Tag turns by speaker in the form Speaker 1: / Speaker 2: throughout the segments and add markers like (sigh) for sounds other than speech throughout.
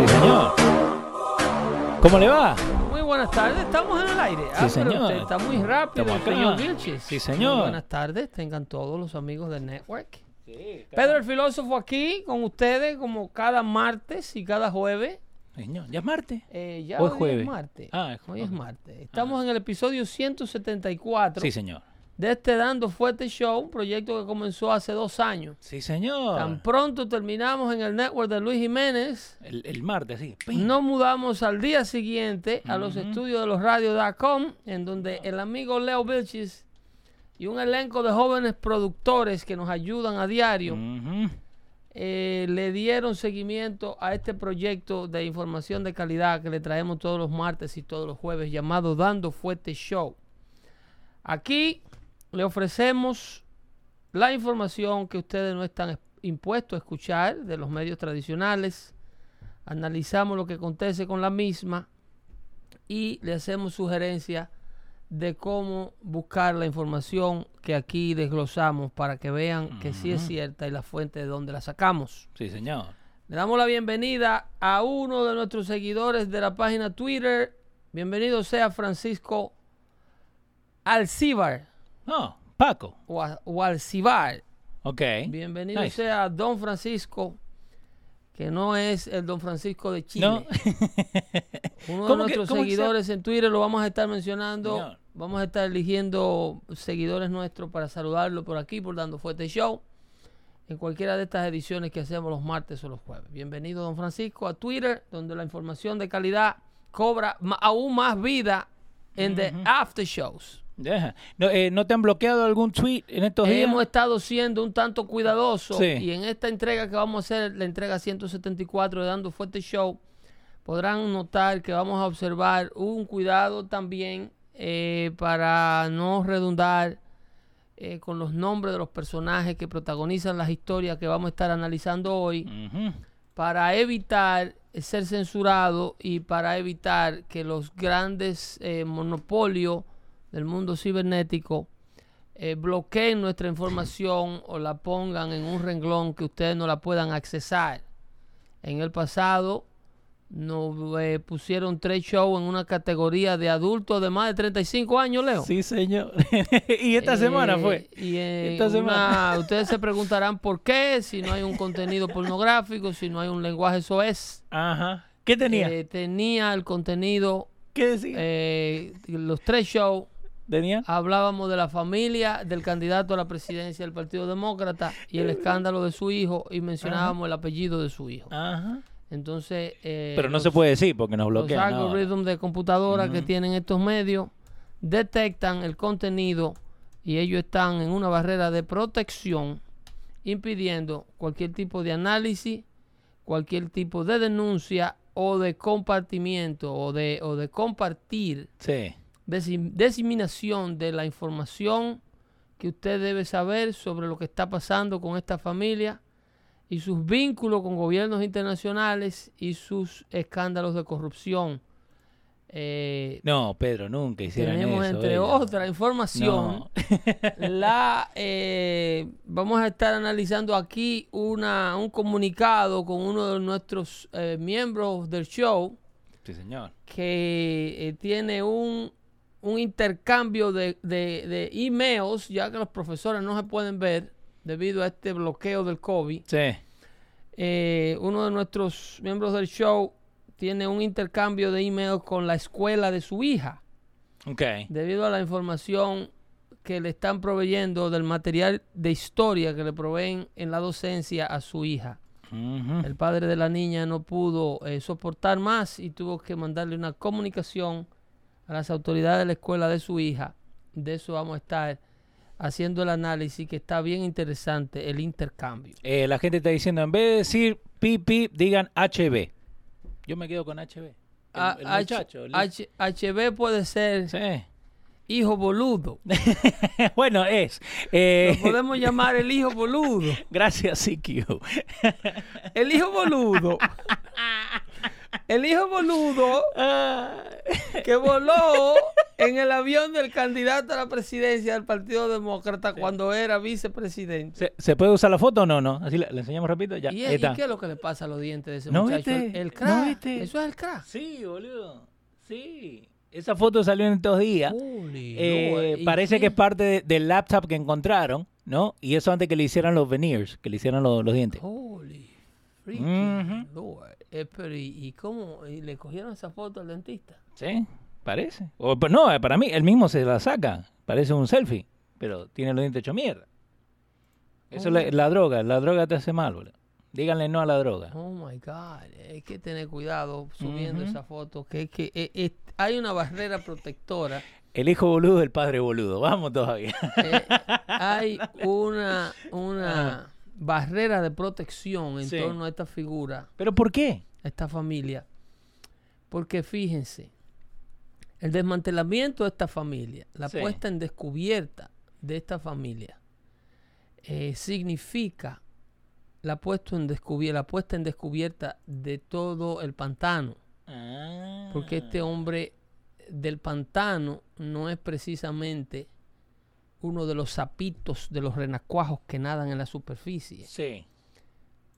Speaker 1: Sí, señor. ¿Cómo le va?
Speaker 2: Muy buenas tardes, estamos en el aire. Ah,
Speaker 1: Sí,
Speaker 2: pero
Speaker 1: señor.
Speaker 2: usted está muy rápido,
Speaker 1: Estamos acá.
Speaker 2: señor Vilches.
Speaker 1: Sí, señor.
Speaker 2: Muy buenas tardes, tengan todos los amigos del network. Pedro el filósofo aquí con ustedes como cada martes y cada jueves.
Speaker 1: Señor, ¿ya es martes?
Speaker 2: Eh, ya
Speaker 1: Hoy es
Speaker 2: hoy
Speaker 1: jueves.
Speaker 2: es martes.
Speaker 1: Ah, es
Speaker 2: hoy
Speaker 1: jueves.
Speaker 2: es martes. Estamos en el episodio 174
Speaker 1: Sí, señor.
Speaker 2: de este Dando Fuerte Show, un proyecto que comenzó hace dos años.
Speaker 1: Sí, señor.
Speaker 2: Tan pronto terminamos en el network de Luis Jiménez.
Speaker 1: El, el martes, sí. Pim.
Speaker 2: Nos mudamos al día siguiente a los estudios de los radios.com, en donde el amigo Leo Vilchis y un elenco de jóvenes productores que nos ayudan a diario
Speaker 1: Ujú.
Speaker 2: eh, le dieron seguimiento a este proyecto de información de calidad que le traemos todos los martes y todos los jueves, llamado Dando Fuerte Show. Aquí le ofrecemos la información que ustedes no están es- impuestos a escuchar de los medios tradicionales. Analizamos lo que acontece con la misma y le hacemos sugerencias de cómo buscar la información que aquí desglosamos para que vean que sí es cierta y la fuente de donde la sacamos.
Speaker 1: Sí, señor.
Speaker 2: Le damos la bienvenida a uno de nuestros seguidores de la página Twitter. Bienvenido sea Francisco Alcibar
Speaker 1: No, Paco.
Speaker 2: o, a- o Alcibar.
Speaker 1: Ok.
Speaker 2: Bienvenido
Speaker 1: Nice.
Speaker 2: sea Don Francisco, que no es el Don Francisco de Chile.
Speaker 1: No.
Speaker 2: Uno de
Speaker 1: ¿Cómo que-
Speaker 2: nuestros
Speaker 1: cómo que se-
Speaker 2: seguidores en Twitter lo vamos a estar mencionando.
Speaker 1: Señor.
Speaker 2: Vamos a estar eligiendo seguidores nuestros para saludarlo por aquí, por Dando Fuerte Show, en cualquiera de estas ediciones que hacemos los martes o los jueves. Bienvenido, don Francisco, a Twitter, donde la información de calidad cobra ma- aún más vida en The After Shows.
Speaker 1: Deja. No, eh, ¿no te han bloqueado algún tweet en estos días?
Speaker 2: Eh, Hemos estado siendo un tanto cuidadosos
Speaker 1: Sí.
Speaker 2: y en esta entrega que vamos a hacer, la entrega 174 de Dando Fuerte Show, podrán notar que vamos a observar un cuidado también eh, para no redundar eh, con los nombres de los personajes que protagonizan las historias que vamos a estar analizando hoy
Speaker 1: Ujú.
Speaker 2: para evitar ser censurado y para evitar que los grandes eh, monopolios del mundo cibernético eh, bloqueen nuestra información o la pongan en un renglón que ustedes no la puedan accesar. En el pasado nos eh, pusieron tres shows en una categoría de adultos de más de 35 años, Leo.
Speaker 1: Sí, señor. (laughs) y esta semana
Speaker 2: Eh,
Speaker 1: fue.
Speaker 2: y, eh,
Speaker 1: Esta
Speaker 2: una-
Speaker 1: semana.
Speaker 2: ustedes se preguntarán por qué, si no
Speaker 1: (laughs)
Speaker 2: hay un contenido pornográfico, si no hay un lenguaje eso es.
Speaker 1: Ajá. ¿Qué tenía?
Speaker 2: Eh, tenía el Eh, contenido,
Speaker 1: ¿Qué decía?
Speaker 2: eh, los tres shows
Speaker 1: Daniel?
Speaker 2: Hablábamos de la familia del candidato a la presidencia del Partido Demócrata y el escándalo de su hijo y mencionábamos el apellido de su hijo.
Speaker 1: Ajá.
Speaker 2: Entonces, eh,
Speaker 1: Pero no
Speaker 2: los-
Speaker 1: se puede decir porque nos
Speaker 2: los
Speaker 1: bloquean. ¿no?
Speaker 2: algoritmos de computadora que tienen estos medios detectan el contenido y ellos están en una barrera de protección impidiendo cualquier tipo de análisis, cualquier tipo de denuncia o de compartimiento o de, o de compartir
Speaker 1: Sí.
Speaker 2: desi- diseminación de la información que usted debe saber sobre lo que está pasando con esta familia y sus vínculos con gobiernos internacionales y sus escándalos de corrupción. Eh,
Speaker 1: No, Pedro, nunca hicieron
Speaker 2: tenemos
Speaker 1: eso.
Speaker 2: entre
Speaker 1: ellos.
Speaker 2: otra información, (laughs)
Speaker 1: No.
Speaker 2: la eh, vamos a estar analizando aquí una, un comunicado con uno de nuestros eh, miembros del show,
Speaker 1: Sí, señor.
Speaker 2: que eh, tiene un, un intercambio de, de, de emails, ya que los profesores no se pueden ver debido a este bloqueo del COVID.
Speaker 1: Sí.
Speaker 2: Eh, uno de nuestros miembros del show tiene un intercambio de emails con la escuela de su hija,
Speaker 1: Ok.
Speaker 2: debido a la información que le están proveyendo del material de historia que le proveen en la docencia a su hija.
Speaker 1: Ujú.
Speaker 2: El padre de la niña no pudo eh, soportar más y tuvo que mandarle una comunicación a las autoridades de la escuela de su hija. De eso vamos a estar haciendo el análisis, que está bien interesante el intercambio.
Speaker 1: Eh, la gente está diciendo, en vez de decir pipi, digan HB. Yo me quedo con HB. El,
Speaker 2: Ah,
Speaker 1: el
Speaker 2: H-
Speaker 1: muchacho. el-
Speaker 2: H- HB puede ser
Speaker 1: Sí.
Speaker 2: hijo boludo.
Speaker 1: (laughs) bueno, es. Eh,
Speaker 2: Lo podemos llamar el hijo boludo.
Speaker 1: (laughs) Gracias, (laughs) CQ.
Speaker 2: El hijo boludo. El hijo boludo que voló en el avión del candidato a la presidencia del Partido Demócrata cuando era vicepresidente.
Speaker 1: (laughs) ¿Se, se puede usar la foto o no? no? Así la, la enseñamos rapidito. Ya,
Speaker 2: ¿Y,
Speaker 1: ahí
Speaker 2: y
Speaker 1: está.
Speaker 2: qué es lo que le pasa a los dientes de ese
Speaker 1: ¿No
Speaker 2: muchacho?
Speaker 1: viste?
Speaker 2: El
Speaker 1: ¿No
Speaker 2: crack.
Speaker 1: viste?
Speaker 2: Eso es el crack.
Speaker 1: Sí, boludo. Sí. Esa foto salió en estos días.
Speaker 2: Juli, no,
Speaker 1: Eh,
Speaker 2: ¿y
Speaker 1: parece que
Speaker 2: qué?
Speaker 1: es parte de- del laptop que encontraron, ¿no? Y eso antes que le hicieran los veneers, que le hicieran lo- los dientes.
Speaker 2: Holy freaking
Speaker 1: Ujú.
Speaker 2: Lord. Eh, pero ¿y, y cómo? ¿Y le cogieron esa foto al dentista?
Speaker 1: Sí, parece. O, pero no, eh, para mí, él mismo se la saca. Parece un selfie, pero tiene los dientes hechos mierda. Eso es la, la droga, la droga te hace mal, boludo. Díganle no a la droga.
Speaker 2: Oh my God, hay que tener cuidado subiendo
Speaker 1: Ujú.
Speaker 2: esa foto, que es que eh, eh, hay una barrera protectora.
Speaker 1: El hijo boludo del padre boludo. Vamos todavía. (laughs)
Speaker 2: eh, hay una, una barrera de protección en
Speaker 1: Ah. Sí.
Speaker 2: torno a esta figura,
Speaker 1: ¿Pero por qué?
Speaker 2: a esta familia. Porque fíjense, el desmantelamiento de esta familia, la
Speaker 1: Sí.
Speaker 2: puesta en descubierta de esta familia, eh, significa la, puesto en descubier- la puesta en descubierta de todo el pantano. Porque este hombre del pantano no es precisamente uno de los sapitos, de los renacuajos que nadan en la superficie.
Speaker 1: Sí.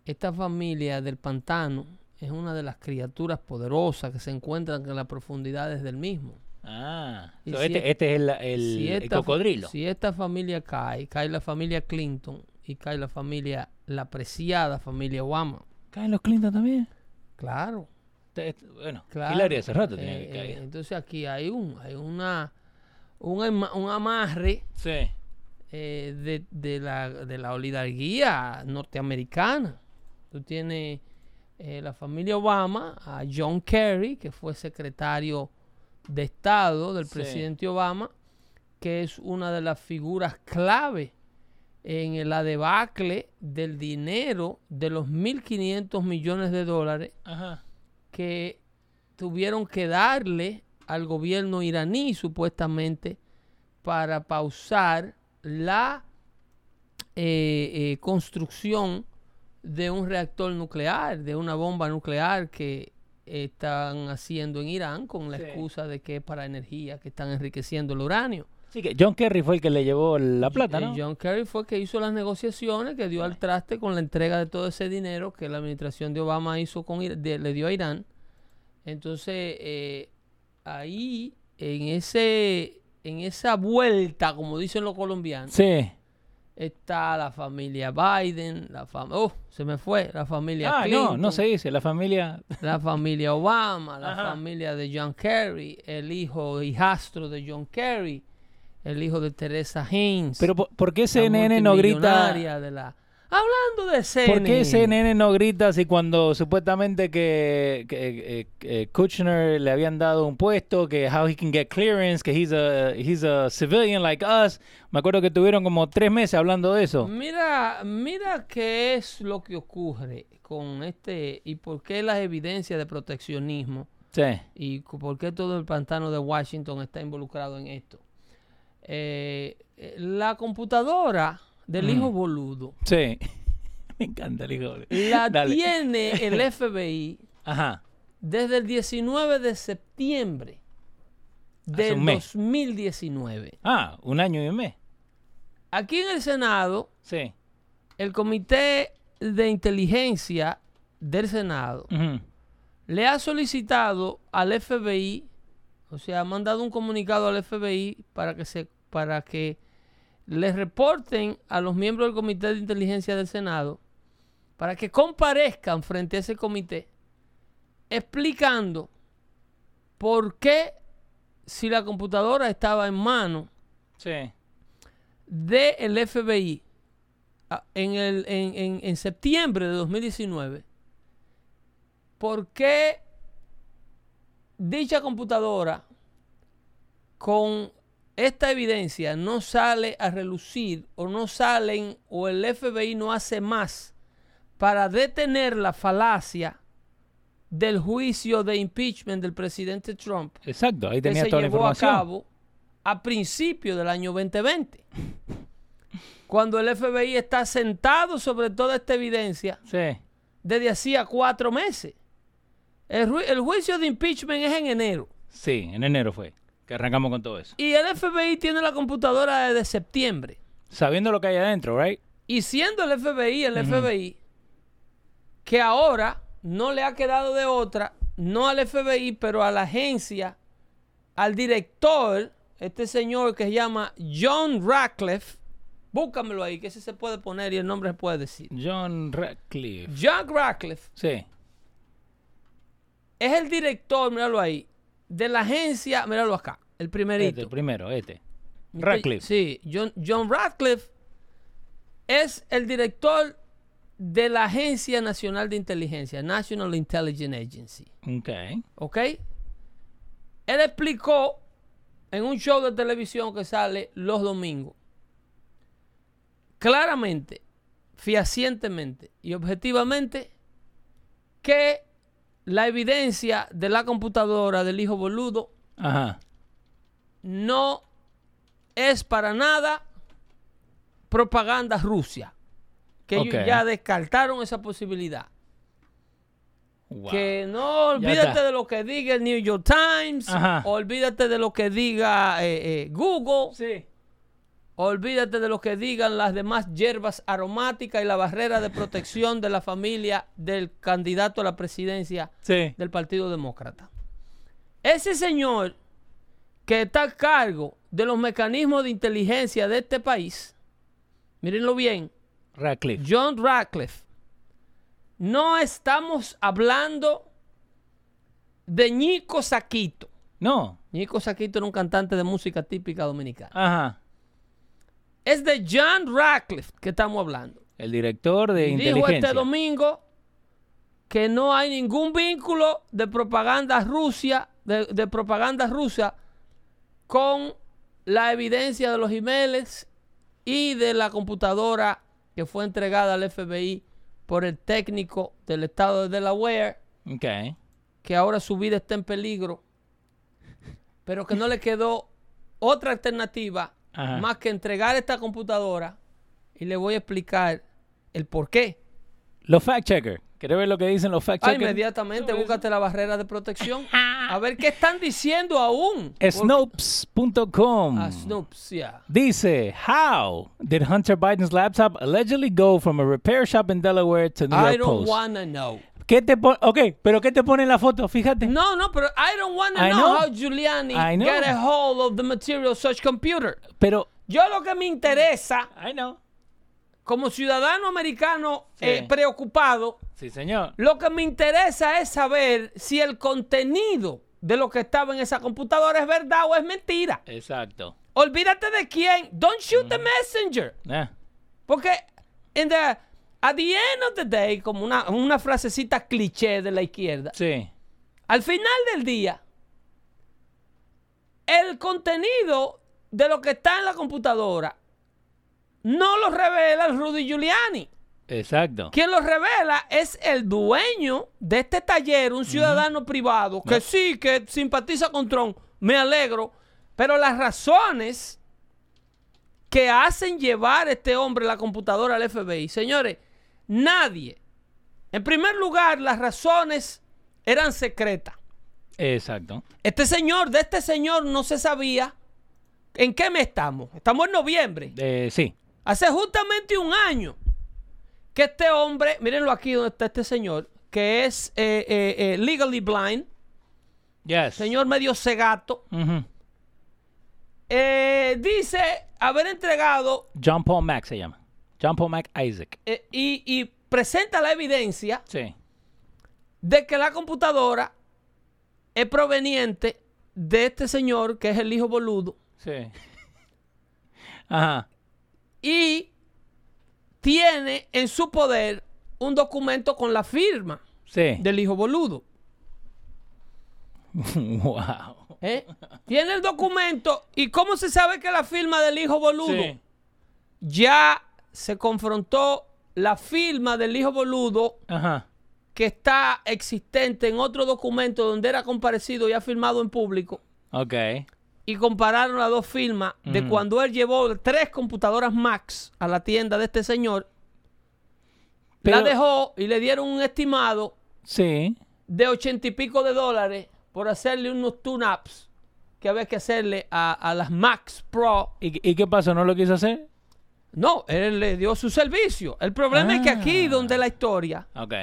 Speaker 2: Esta familia del pantano es una de las criaturas poderosas que se encuentran en las profundidades del mismo.
Speaker 1: Ah.
Speaker 2: Y
Speaker 1: so
Speaker 2: si
Speaker 1: este,
Speaker 2: e-
Speaker 1: este es el, el- el
Speaker 2: esta fa-
Speaker 1: cocodrilo.
Speaker 2: si esta familia cae, cae la familia Clinton y cae la familia, la apreciada familia Obama.
Speaker 1: ¿Caen los Clinton también?
Speaker 2: Claro.
Speaker 1: Este- este- Bueno,
Speaker 2: Claro.
Speaker 1: Hillary hace rato tenía que
Speaker 2: Eh, eh,
Speaker 1: caer.
Speaker 2: entonces aquí hay un, hay una, un, ama- un amarre
Speaker 1: sí.
Speaker 2: eh, de, de la, de la oligarquía norteamericana. Tú tienes eh, la familia Obama, a John Kerry, que fue secretario de Estado del
Speaker 1: Sí.
Speaker 2: presidente Obama, que es una de las figuras clave en la debacle del dinero de los 1.500 millones de dólares
Speaker 1: Ajá.
Speaker 2: que tuvieron que darle al gobierno iraní supuestamente para pausar la eh, eh, construcción de un reactor nuclear, de una bomba nuclear que están haciendo en Irán con la
Speaker 1: Sí.
Speaker 2: excusa de que es para energía, que están enriqueciendo el uranio.
Speaker 1: Así que John Kerry fue el que le llevó la plata,
Speaker 2: Eh,
Speaker 1: ¿no?
Speaker 2: John Kerry fue el que hizo las negociaciones, que dio al traste con la entrega de todo ese dinero que la administración de Obama hizo con Ir- de- le dio a Irán. Entonces, eh, ahí, en ese, en esa vuelta, como dicen los colombianos,
Speaker 1: Sí.
Speaker 2: está la familia Biden, la fam- oh, se me fue, la familia
Speaker 1: Ah, no,
Speaker 2: Clinton,
Speaker 1: no se dice. La familia.
Speaker 2: la familia Obama, la
Speaker 1: Ajá.
Speaker 2: familia de John Kerry, el hijo hijastro de John Kerry, el hijo de Teresa Haynes.
Speaker 1: Pero ¿por, por qué
Speaker 2: (laughs) la
Speaker 1: CNN no grita?
Speaker 2: multimillonaria de la- Hablando de CNN.
Speaker 1: ¿Por qué CNN no grita si cuando supuestamente que, que, eh, eh, Kushner le habían dado un puesto, que how he can get clearance, que he's a, he's a civilian like us? Me acuerdo que tuvieron como tres meses hablando de eso.
Speaker 2: Mm. Mira, mira qué es lo que ocurre con este y por qué las evidencias de proteccionismo
Speaker 1: Sí.
Speaker 2: y cu- por qué todo el pantano de Washington está involucrado en esto. Eh, eh, la computadora
Speaker 1: Mm.
Speaker 2: del hijo boludo
Speaker 1: Sí. (laughs) Me encanta el hijo. de- (laughs)
Speaker 2: la
Speaker 1: Dale.
Speaker 2: tiene
Speaker 1: (laughs)
Speaker 2: el FBI
Speaker 1: Ajá.
Speaker 2: desde el 19 de septiembre
Speaker 1: Hace
Speaker 2: del
Speaker 1: un mes.
Speaker 2: 2019.
Speaker 1: Ah, un año y un mes.
Speaker 2: Aquí en el Senado,
Speaker 1: Sí.
Speaker 2: el Comité de Inteligencia del Senado
Speaker 1: Ujú.
Speaker 2: le ha solicitado al FBI, o sea, ha mandado un comunicado al FBI para que se para que les reporten a los miembros del Comité de Inteligencia del Senado para que comparezcan frente a ese comité explicando por qué si la computadora estaba en mano
Speaker 1: Sí.
Speaker 2: del FBI a- en, el, en, en- en septiembre de 2019, ¿por qué dicha computadora con esta evidencia no sale a relucir o no salen o el FBI no hace más para detener la falacia del juicio de impeachment del presidente Trump
Speaker 1: Exacto, ahí
Speaker 2: que
Speaker 1: tenía
Speaker 2: se
Speaker 1: toda la
Speaker 2: llevó a
Speaker 1: información.
Speaker 2: cabo a principios del año 2020, cuando el FBI está sentado sobre toda esta evidencia
Speaker 1: Sí.
Speaker 2: desde hacía cuatro meses. El, ju- el juicio de impeachment es en enero
Speaker 1: Sí, en enero fue. Que arrancamos con todo eso.
Speaker 2: y el FBI tiene la computadora desde septiembre.
Speaker 1: Sabiendo lo que hay adentro, ¿right?
Speaker 2: Y siendo el FBI, el FBI, que ahora no le ha quedado de otra, no al FBI, pero a la agencia, al director, este señor que se llama John Ratcliffe, búscamelo ahí, que ese se puede poner y el nombre se puede decir.
Speaker 1: John Radcliffe.
Speaker 2: John Ratcliffe
Speaker 1: Sí.
Speaker 2: es el director, míralo ahí, de la agencia, míralo acá, el primerito.
Speaker 1: Este, el primero, este.
Speaker 2: Mr.
Speaker 1: Radcliffe.
Speaker 2: Sí, John, John Radcliffe es el director de la Agencia Nacional de Inteligencia, National Intelligence Agency.
Speaker 1: Ok.
Speaker 2: ¿Ok? Él explicó en un show de televisión que sale los domingos, claramente, fehacientemente y objetivamente, que la evidencia de la computadora del hijo boludo
Speaker 1: Ajá.
Speaker 2: no es para nada propaganda Rusia. Que ellos
Speaker 1: Ok.
Speaker 2: ya descartaron esa posibilidad.
Speaker 1: Wow.
Speaker 2: Que no
Speaker 1: Ya
Speaker 2: olvídate
Speaker 1: está.
Speaker 2: de lo que diga el New York Times,
Speaker 1: Ajá.
Speaker 2: olvídate de lo que diga eh, eh, Google,
Speaker 1: Sí.
Speaker 2: olvídate de lo que digan las demás hierbas aromáticas y la barrera de protección de la familia del candidato a la presidencia
Speaker 1: Sí.
Speaker 2: del Partido Demócrata. Ese señor que está a cargo de los mecanismos de inteligencia de este país, mírenlo bien,
Speaker 1: Radcliffe.
Speaker 2: John Ratcliffe, no estamos hablando de Nico Saquito.
Speaker 1: No.
Speaker 2: Nico Saquito era un cantante de música típica dominicana.
Speaker 1: Ajá.
Speaker 2: Es de John Ratcliffe que estamos hablando.
Speaker 1: El director de
Speaker 2: Dijo
Speaker 1: inteligencia.
Speaker 2: este domingo que no hay ningún vínculo de propaganda Rusia, de, de propaganda rusa con la evidencia de los emails y de la computadora que fue entregada al FBI por el técnico del estado de Delaware,
Speaker 1: Ok.
Speaker 2: que ahora su vida está en peligro, pero que no le quedó otra alternativa
Speaker 1: Ajá.
Speaker 2: más que entregar esta computadora y le voy a explicar el por qué.
Speaker 1: Los fact checkers. ¿Querés ver lo que dicen los fact
Speaker 2: Ah,
Speaker 1: checkers?
Speaker 2: inmediatamente búscate la barrera
Speaker 1: (laughs)
Speaker 2: de protección. A ver qué están diciendo aún. Ah,
Speaker 1: Snopes.com.
Speaker 2: A Snopes, yeah.
Speaker 1: Dice, how did Hunter Biden's laptop allegedly go from a repair shop in Delaware to New
Speaker 2: I
Speaker 1: York
Speaker 2: don't
Speaker 1: Post?
Speaker 2: wanna know.
Speaker 1: ¿Qué te pone? Ok, pero ¿qué te pone en la foto? Fíjate.
Speaker 2: No, no, pero I don't wanna
Speaker 1: I
Speaker 2: know,
Speaker 1: know.
Speaker 2: how Giuliani
Speaker 1: I know.
Speaker 2: got a hold of the material of such computer.
Speaker 1: Pero.
Speaker 2: Yo lo que me interesa,
Speaker 1: I know.
Speaker 2: como ciudadano americano
Speaker 1: Sí.
Speaker 2: eh, preocupado,
Speaker 1: Sí, señor.
Speaker 2: lo que me interesa es saber si
Speaker 1: Eh.
Speaker 2: el contenido de lo que estaba en esa computadora es verdad o es mentira.
Speaker 1: Exacto.
Speaker 2: Olvídate de quién. Don't shoot the messenger.
Speaker 1: Yeah.
Speaker 2: Porque en the, at the end of the day, como una, una frasecita cliché de la izquierda,
Speaker 1: Sí.
Speaker 2: al final del día, el contenido de lo que está en la computadora no lo revela el Rudy Giuliani.
Speaker 1: Exacto.
Speaker 2: Quien lo revela es el dueño de este taller, un ciudadano privado, que sí, que simpatiza con Trump, me alegro, pero las razones que hacen llevar este hombre la computadora al FBI, señores, nadie, en primer lugar, las razones eran secretas.
Speaker 1: Exacto.
Speaker 2: Este señor, de este señor no se sabía en qué mes estamos. Estamos en noviembre.
Speaker 1: Eh, sí.
Speaker 2: Hace justamente un año que este hombre, mírenlo aquí donde está este señor, que es eh, eh, eh, legally blind,
Speaker 1: Yes.
Speaker 2: señor medio cegato,
Speaker 1: Ujú.
Speaker 2: eh, dice haber entregado
Speaker 1: John Paul Mack se llama. John Paul Mack Isaac.
Speaker 2: eh, y, y presenta la evidencia
Speaker 1: Sí.
Speaker 2: de que la computadora es proveniente de este señor, que es el hijo boludo,
Speaker 1: Sí. Ajá.
Speaker 2: y tiene en su poder un documento con la firma
Speaker 1: Sí.
Speaker 2: del hijo boludo.
Speaker 1: (laughs) wow.
Speaker 2: ¿Eh? Tiene el documento. ¿Y cómo se sabe que la firma del hijo boludo?
Speaker 1: Sí.
Speaker 2: Ya se confrontó la firma del hijo boludo
Speaker 1: Ajá.
Speaker 2: que está existente en otro documento donde era comparecido y ha firmado en público.
Speaker 1: Ok.
Speaker 2: Y compararon las dos firmas
Speaker 1: Mm.
Speaker 2: de cuando él llevó tres computadoras Max a la tienda de este señor.
Speaker 1: Pero-
Speaker 2: la dejó y le dieron un estimado
Speaker 1: Sí.
Speaker 2: de ochenta y pico de dólares por hacerle unos tune-ups que había que hacerle a, a las Max Pro
Speaker 1: ¿Y, y qué pasó? ¿No lo quiso hacer?
Speaker 2: No, él le dio su servicio. El problema es que
Speaker 1: Ah.
Speaker 2: aquí donde la historia
Speaker 1: Ok.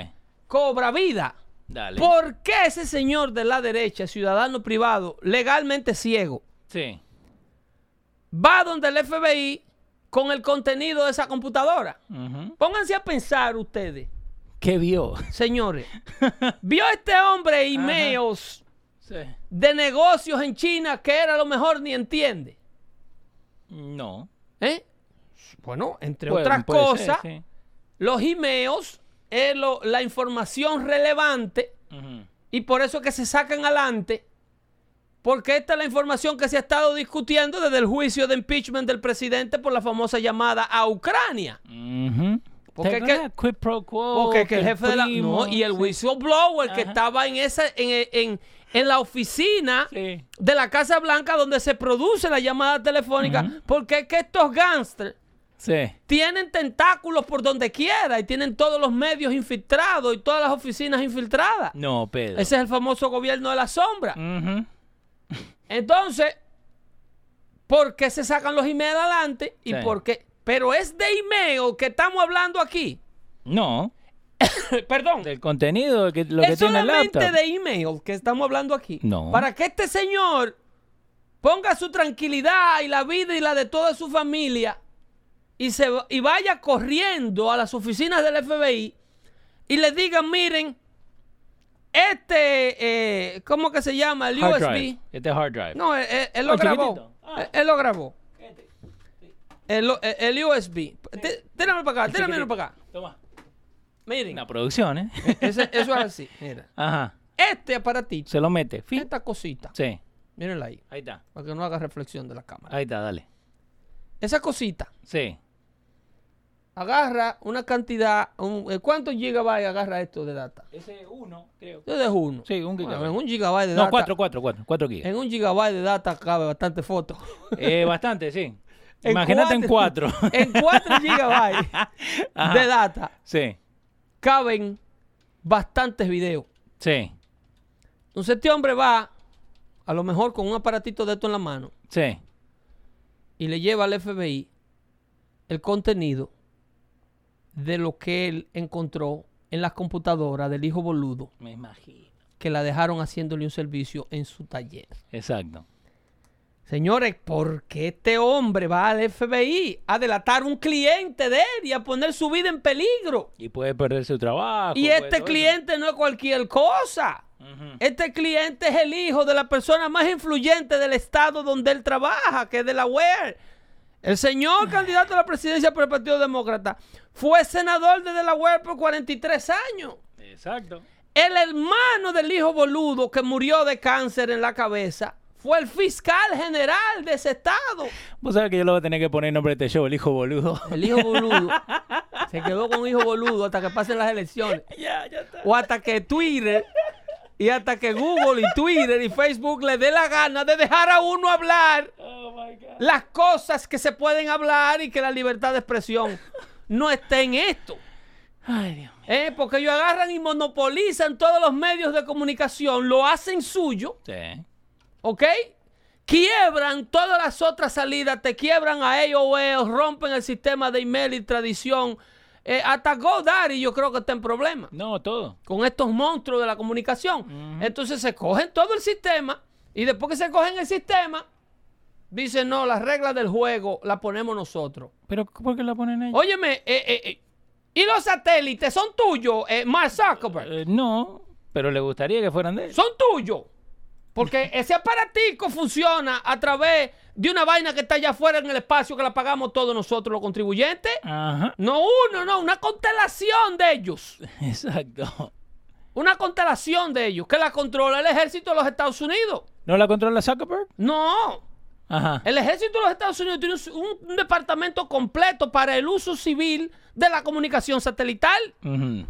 Speaker 2: cobra vida.
Speaker 1: Dale.
Speaker 2: ¿Por qué ese señor de la derecha, ciudadano privado, legalmente ciego,
Speaker 1: Sí.
Speaker 2: va donde el FBI con el contenido de esa computadora?
Speaker 1: Ujú.
Speaker 2: Pónganse a pensar ustedes,
Speaker 1: ¿Qué vio? (laughs)
Speaker 2: señores. Vio este hombre emails
Speaker 1: Sí.
Speaker 2: de negocios en China que era lo mejor ni entiende.
Speaker 1: No.
Speaker 2: ¿Eh? Bueno, entre
Speaker 1: Bueno,
Speaker 2: otras
Speaker 1: puede ser,
Speaker 2: cosas,
Speaker 1: sí.
Speaker 2: los emails es lo- la información relevante
Speaker 1: Ujú.
Speaker 2: y por eso es que se sacan adelante, porque esta es la información que se ha estado discutiendo desde el juicio de impeachment del presidente por la famosa llamada a Ucrania.
Speaker 1: Mm. Ujú.
Speaker 2: Porque
Speaker 1: ¿Te
Speaker 2: que-
Speaker 1: acuerdas? quid pro quo.
Speaker 2: Porque que
Speaker 1: que
Speaker 2: el jefe de la...
Speaker 1: primo,
Speaker 2: no, y el
Speaker 1: sí.
Speaker 2: whistleblower que
Speaker 1: Ajá.
Speaker 2: estaba en, esa, en, en- en la oficina
Speaker 1: Sí.
Speaker 2: de la Casa Blanca donde se produce la llamada telefónica, porque es que estos gángsters
Speaker 1: Sí.
Speaker 2: tienen tentáculos por donde quiera y tienen todos los medios infiltrados y todas las oficinas infiltradas.
Speaker 1: No, Pedro.
Speaker 2: Ese es el famoso gobierno de la sombra.
Speaker 1: Ujú.
Speaker 2: Entonces, ¿por qué se sacan los emails adelante? ¿Y
Speaker 1: Sí.
Speaker 2: por qué? Pero es de email que estamos hablando aquí. (laughs)
Speaker 1: No.
Speaker 2: Perdón.
Speaker 1: Del contenido que, lo que
Speaker 2: es
Speaker 1: tiene el
Speaker 2: solamente
Speaker 1: laptop.
Speaker 2: de email que estamos hablando aquí.
Speaker 1: No.
Speaker 2: Para que este señor ponga su tranquilidad y la vida y la de toda su familia y, se, va- y vaya corriendo a las oficinas del FBI y le digan, miren, este, eh, ¿cómo que se llama? El
Speaker 1: Hard
Speaker 2: USB.
Speaker 1: drive. Este es hard drive.
Speaker 2: No, él, él- él lo
Speaker 1: Oh,
Speaker 2: grabó.
Speaker 1: chiquitito. Ah. Este,
Speaker 2: Él, él lo grabó. El, lo- el- el USB. Té- Tírame para acá, tírame para acá.
Speaker 1: Toma.
Speaker 2: Miren,
Speaker 1: Una producción,
Speaker 2: (laughs)
Speaker 1: ¿eh?
Speaker 2: ese- eso
Speaker 1: (laughs)
Speaker 2: es así. Mira.
Speaker 1: Ajá.
Speaker 2: Este aparatito,
Speaker 1: Se lo mete. Fin.
Speaker 2: esta cosita,
Speaker 1: Sí.
Speaker 2: mírenla ahí,
Speaker 1: Ahí está.
Speaker 2: para que no haga reflexión de la cámara.
Speaker 1: Ahí está, dale.
Speaker 2: Esa cosita
Speaker 1: Sí.
Speaker 2: agarra una cantidad, un- eh, ¿cuántos gigabytes agarra esto de data?
Speaker 1: Ese uno, creo.
Speaker 2: Yo dejo uno.
Speaker 1: Sí, un gigabyte.
Speaker 2: Bueno, en un gigabyte de
Speaker 1: No,
Speaker 2: data.
Speaker 1: cuatro, cuatro, cuatro. Cuatro gigas.
Speaker 2: En un gigabyte de data cabe bastante foto. (laughs)
Speaker 1: Eh, bastante, sí. Imagínate en cuatro.
Speaker 2: En cuatro gigabytes de data.
Speaker 1: (laughs) Sí.
Speaker 2: caben bastantes videos.
Speaker 1: Sí.
Speaker 2: Entonces este hombre va, a lo mejor con un aparatito de esto en la mano,
Speaker 1: Sí.
Speaker 2: y le lleva al FBI el contenido de lo que él encontró en las computadoras del hijo boludo
Speaker 1: Me imagino.
Speaker 2: que la dejaron haciéndole un servicio en su taller.
Speaker 1: Exacto.
Speaker 2: Señores, ¿por qué este hombre va al FBI a delatar un cliente de él y a poner su vida en peligro?
Speaker 1: Y puede perder su trabajo.
Speaker 2: Y
Speaker 1: puede
Speaker 2: este
Speaker 1: todo
Speaker 2: cliente no es cualquier cosa.
Speaker 1: eso.
Speaker 2: Este cliente es el hijo de la persona más influyente del estado donde él trabaja, que es Delaware. E El señor candidato a la presidencia por el Partido Demócrata fue senador de Delaware E por 43 años.
Speaker 1: Exacto.
Speaker 2: El hermano del hijo boludo que murió de cáncer en la cabeza fue el fiscal general de ese estado.
Speaker 1: Vos sabés que yo lo voy a tener que poner nombre de este show, el hijo boludo.
Speaker 2: El hijo boludo se quedó con hijo boludo hasta que pasen las elecciones.
Speaker 1: (laughs) ya, ya está.
Speaker 2: O hasta que Twitter y hasta que Google y Twitter y Facebook le dé la gana de dejar a uno hablar
Speaker 1: Oh my God.
Speaker 2: las cosas que se pueden hablar y que la libertad de expresión no esté en esto.
Speaker 1: (laughs) Ay, Dios mío.
Speaker 2: ¿eh? Porque ellos agarran y monopolizan todos los medios de comunicación, lo hacen suyo.
Speaker 1: Sí.
Speaker 2: ¿ok? Quiebran todas las otras salidas, te quiebran a ellos, rompen el sistema de email y tradición. Eh, hasta GoDaddy yo creo que está en problema
Speaker 1: No, todo.
Speaker 2: con estos monstruos de la comunicación. Entonces se cogen todo el sistema y después que se cogen el sistema, dicen, no, las reglas del juego las ponemos nosotros.
Speaker 1: Pero ¿por qué la ponen ahí?
Speaker 2: Óyeme, eh, eh, eh, ¿y los satélites son tuyos, eh, Mark Zuckerberg?
Speaker 1: Eh, no, pero le gustaría que fueran de él.
Speaker 2: son tuyos. Porque ese aparatico funciona a través de una vaina que está allá afuera en el espacio que la pagamos todos nosotros los contribuyentes.
Speaker 1: Ajá. (laughs)
Speaker 2: No uno, no, una constelación de ellos.
Speaker 1: Exacto.
Speaker 2: Una constelación de ellos que la controla el ejército de los Estados Unidos.
Speaker 1: ¿No la controla Zuckerberg?
Speaker 2: No,
Speaker 1: Ajá.
Speaker 2: el ejército de los Estados Unidos tiene un, un departamento completo para el uso civil de la comunicación satelital
Speaker 1: Ujú.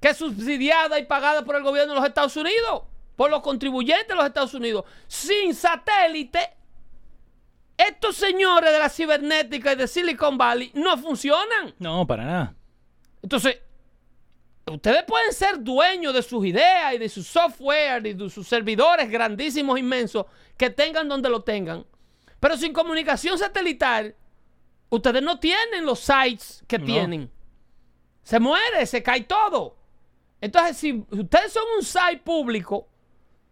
Speaker 2: que es subsidiada y pagada por el gobierno de los Estados Unidos, por los contribuyentes de los Estados Unidos. Sin satélite, estos señores de la cibernética y de Silicon Valley no funcionan.
Speaker 1: No, para nada.
Speaker 2: Entonces, ustedes pueden ser dueños de sus ideas y de su software y de sus servidores grandísimos, inmensos, que tengan donde lo tengan. Pero sin comunicación satelital, ustedes no tienen los sites que
Speaker 1: No.
Speaker 2: tienen. Se muere, se cae todo. Entonces, si ustedes son un site público,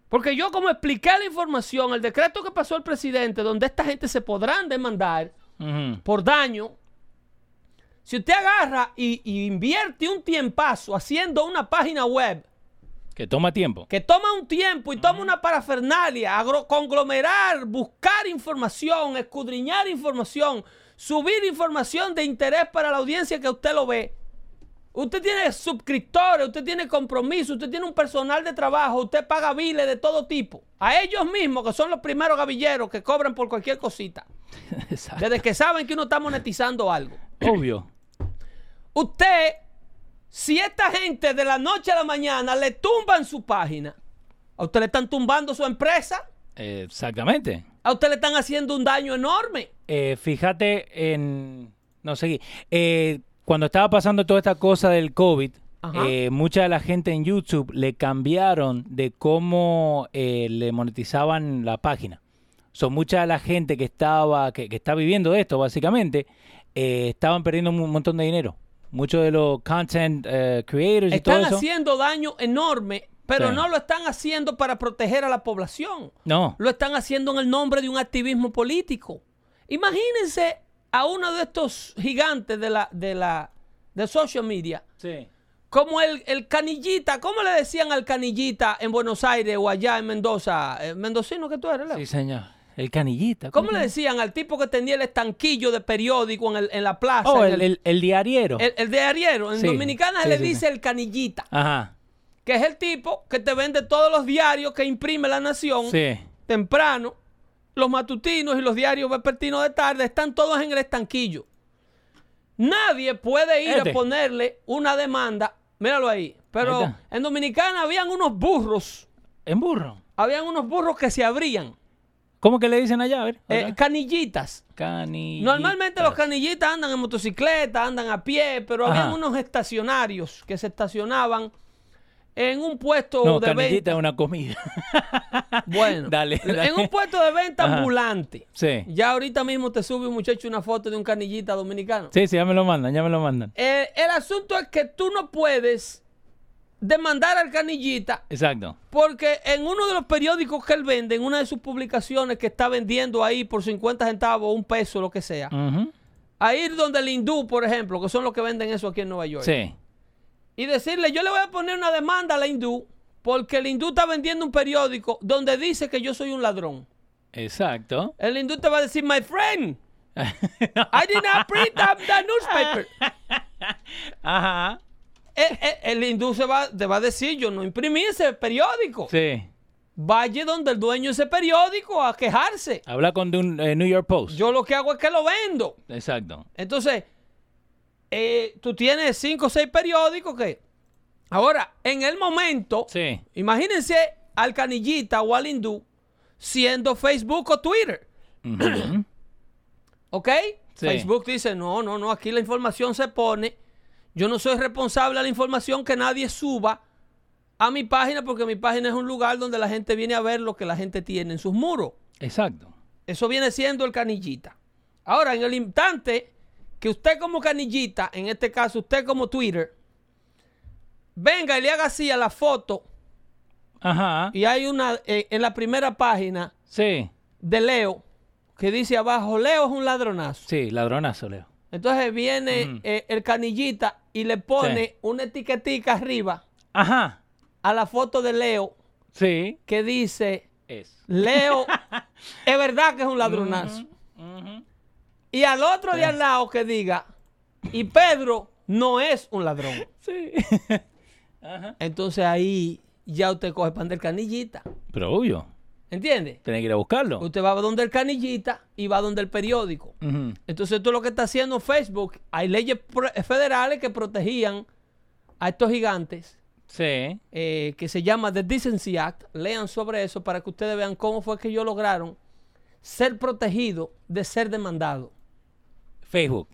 Speaker 2: porque yo como expliqué la información, el decreto que pasó el presidente, donde esta gente se podrán demandar,
Speaker 1: Ujú.
Speaker 2: por daño. Si usted agarra y, y invierte un tiempazo haciendo una página web
Speaker 1: Que toma tiempo.
Speaker 2: que toma un tiempo y toma una parafernalia, agro- conglomerar, buscar información, escudriñar información, subir información de interés para la audiencia que usted lo ve. Usted tiene suscriptores, usted tiene compromiso, usted tiene un personal de trabajo, usted paga biles de todo tipo. A ellos mismos, que son los primeros gavilleros que cobran por cualquier cosita,
Speaker 1: (laughs) Exacto.
Speaker 2: desde que saben que uno está monetizando algo.
Speaker 1: Obvio.
Speaker 2: Usted, si esta gente de la noche a la mañana le tumban su página, a usted le están tumbando su empresa,
Speaker 1: Eh, Exactamente.
Speaker 2: a usted le están haciendo un daño enorme.
Speaker 1: Eh, fíjate en. No seguí. Eh, cuando estaba pasando toda esta cosa del COVID,
Speaker 2: Ajá.
Speaker 1: eh, mucha de la gente en YouTube le cambiaron de cómo eh, le monetizaban la página. Son mucha de la gente que estaba, que, que está viviendo esto, básicamente, eh, estaban perdiendo un montón de dinero. Muchos de los content eh, creators y todo
Speaker 2: Están
Speaker 1: eso.
Speaker 2: haciendo daño enorme, pero
Speaker 1: Sí.
Speaker 2: no lo están haciendo para proteger a la población.
Speaker 1: No.
Speaker 2: Lo están haciendo en el nombre de un activismo político. Imagínense a uno de estos gigantes de la, de la, de social media
Speaker 1: Sí.
Speaker 2: Como el, el canillita, ¿cómo le decían al canillita en Buenos Aires o allá en Mendoza? Eh, mendocino que tú eres, Leo.
Speaker 1: Sí, señor. El canillita.
Speaker 2: ¿Cómo le decían al tipo que tenía el estanquillo de periódico en, el- en la plaza?
Speaker 1: Oh,
Speaker 2: en
Speaker 1: el, el- el diariero.
Speaker 2: el- el de Ariero. En
Speaker 1: Sí,
Speaker 2: Dominicana
Speaker 1: sí,
Speaker 2: le
Speaker 1: sí,
Speaker 2: dice
Speaker 1: sí.
Speaker 2: el canillita,
Speaker 1: Ajá.
Speaker 2: que es el tipo que te vende todos los diarios que imprime la nación
Speaker 1: Sí.
Speaker 2: temprano. Los matutinos y los diarios vespertinos de tarde están todos en el estanquillo. Nadie puede ir
Speaker 1: Este.
Speaker 2: a ponerle una demanda. Míralo ahí. Pero
Speaker 1: Ahí está.
Speaker 2: en Dominicana habían unos burros.
Speaker 1: En burro.
Speaker 2: Habían unos burros que se abrían.
Speaker 1: ¿Cómo que le dicen allá? A ver.
Speaker 2: eh,
Speaker 1: acá.
Speaker 2: canillitas.
Speaker 1: Canillitas.
Speaker 2: Normalmente los canillitas andan en motocicleta, andan a pie, pero
Speaker 1: Ajá.
Speaker 2: habían unos estacionarios que se estacionaban en un puesto
Speaker 1: No,
Speaker 2: de
Speaker 1: canillita
Speaker 2: venta.
Speaker 1: es una comida. (laughs)
Speaker 2: Bueno,
Speaker 1: Dale, dale.
Speaker 2: en un puesto de venta
Speaker 1: Ajá.
Speaker 2: ambulante.
Speaker 1: sí.
Speaker 2: Ya ahorita mismo te sube un muchacho una foto de un canillita dominicano.
Speaker 1: Sí, sí, ya me lo mandan, ya me lo mandan.
Speaker 2: Eh, el asunto es que tú no puedes demandar al canillita
Speaker 1: Exacto.
Speaker 2: porque en uno de los periódicos que él vende, en una de sus publicaciones que está vendiendo ahí por 50 centavos, un peso, lo que sea,
Speaker 1: Ujú.
Speaker 2: a ir donde el hindú, por ejemplo, que son los que venden eso aquí en Nueva York,
Speaker 1: Sí.
Speaker 2: y decirle, yo le voy a poner una demanda a la hindú Porque el hindú está vendiendo un periódico donde dice que yo soy un ladrón.
Speaker 1: Exacto. (laughs)
Speaker 2: El hindú te va a decir, my friend, I did not print that, that
Speaker 1: (laughs)
Speaker 2: newspaper.
Speaker 1: Ajá.
Speaker 2: Eh, eh, el hindú se va, te va a decir, yo no imprimí ese periódico.
Speaker 1: Sí.
Speaker 2: Vaya donde el dueño de ese periódico a quejarse.
Speaker 1: Habla con de un eh, New York Post.
Speaker 2: Yo lo que hago es que lo vendo.
Speaker 1: Exacto.
Speaker 2: Entonces, eh, tú tienes cinco o seis periódicos que... Ahora, en el momento,
Speaker 1: Sí.
Speaker 2: imagínense al canillita o al hindú siendo Facebook o Twitter,
Speaker 1: Ujú.
Speaker 2: (clears throat) ¿ok?
Speaker 1: Sí.
Speaker 2: Facebook dice, no, no, no, aquí la información se pone. Yo no soy responsable de la información que nadie suba a mi página porque mi página es un lugar donde la gente viene a ver lo que la gente tiene en sus muros.
Speaker 1: Exacto.
Speaker 2: Eso viene siendo el canillita. Ahora, en el instante que usted como canillita, en este caso usted como Twitter, venga y le haga así a la foto
Speaker 1: Ajá.
Speaker 2: y hay una eh, en la primera página
Speaker 1: Sí.
Speaker 2: de Leo que dice abajo, Leo es un ladronazo.
Speaker 1: Sí, ladronazo, Leo.
Speaker 2: Entonces viene eh, el canillita y le pone
Speaker 1: Sí.
Speaker 2: una etiquetica arriba
Speaker 1: Ajá.
Speaker 2: a la foto de Leo
Speaker 1: Sí.
Speaker 2: que dice,
Speaker 1: Es.
Speaker 2: Leo es verdad que es un ladronazo. Y al otro de al lado que diga, y Pedro no es un ladrón.
Speaker 1: Sí. (laughs)
Speaker 2: Entonces ahí ya usted coge pan del canillita.
Speaker 1: Pero obvio.
Speaker 2: ¿Entiende?
Speaker 1: Tenés que ir a buscarlo.
Speaker 2: Usted va donde el canillita y va donde el periódico.
Speaker 1: Ujú.
Speaker 2: Entonces esto es lo que está haciendo Facebook. Hay leyes pro- eh, federales que protegían a estos gigantes.
Speaker 1: Sí.
Speaker 2: eh, que se llama The Decency Act. Lean sobre eso para que ustedes vean cómo fue que ellos lograron ser protegidos de ser demandado.
Speaker 1: Facebook.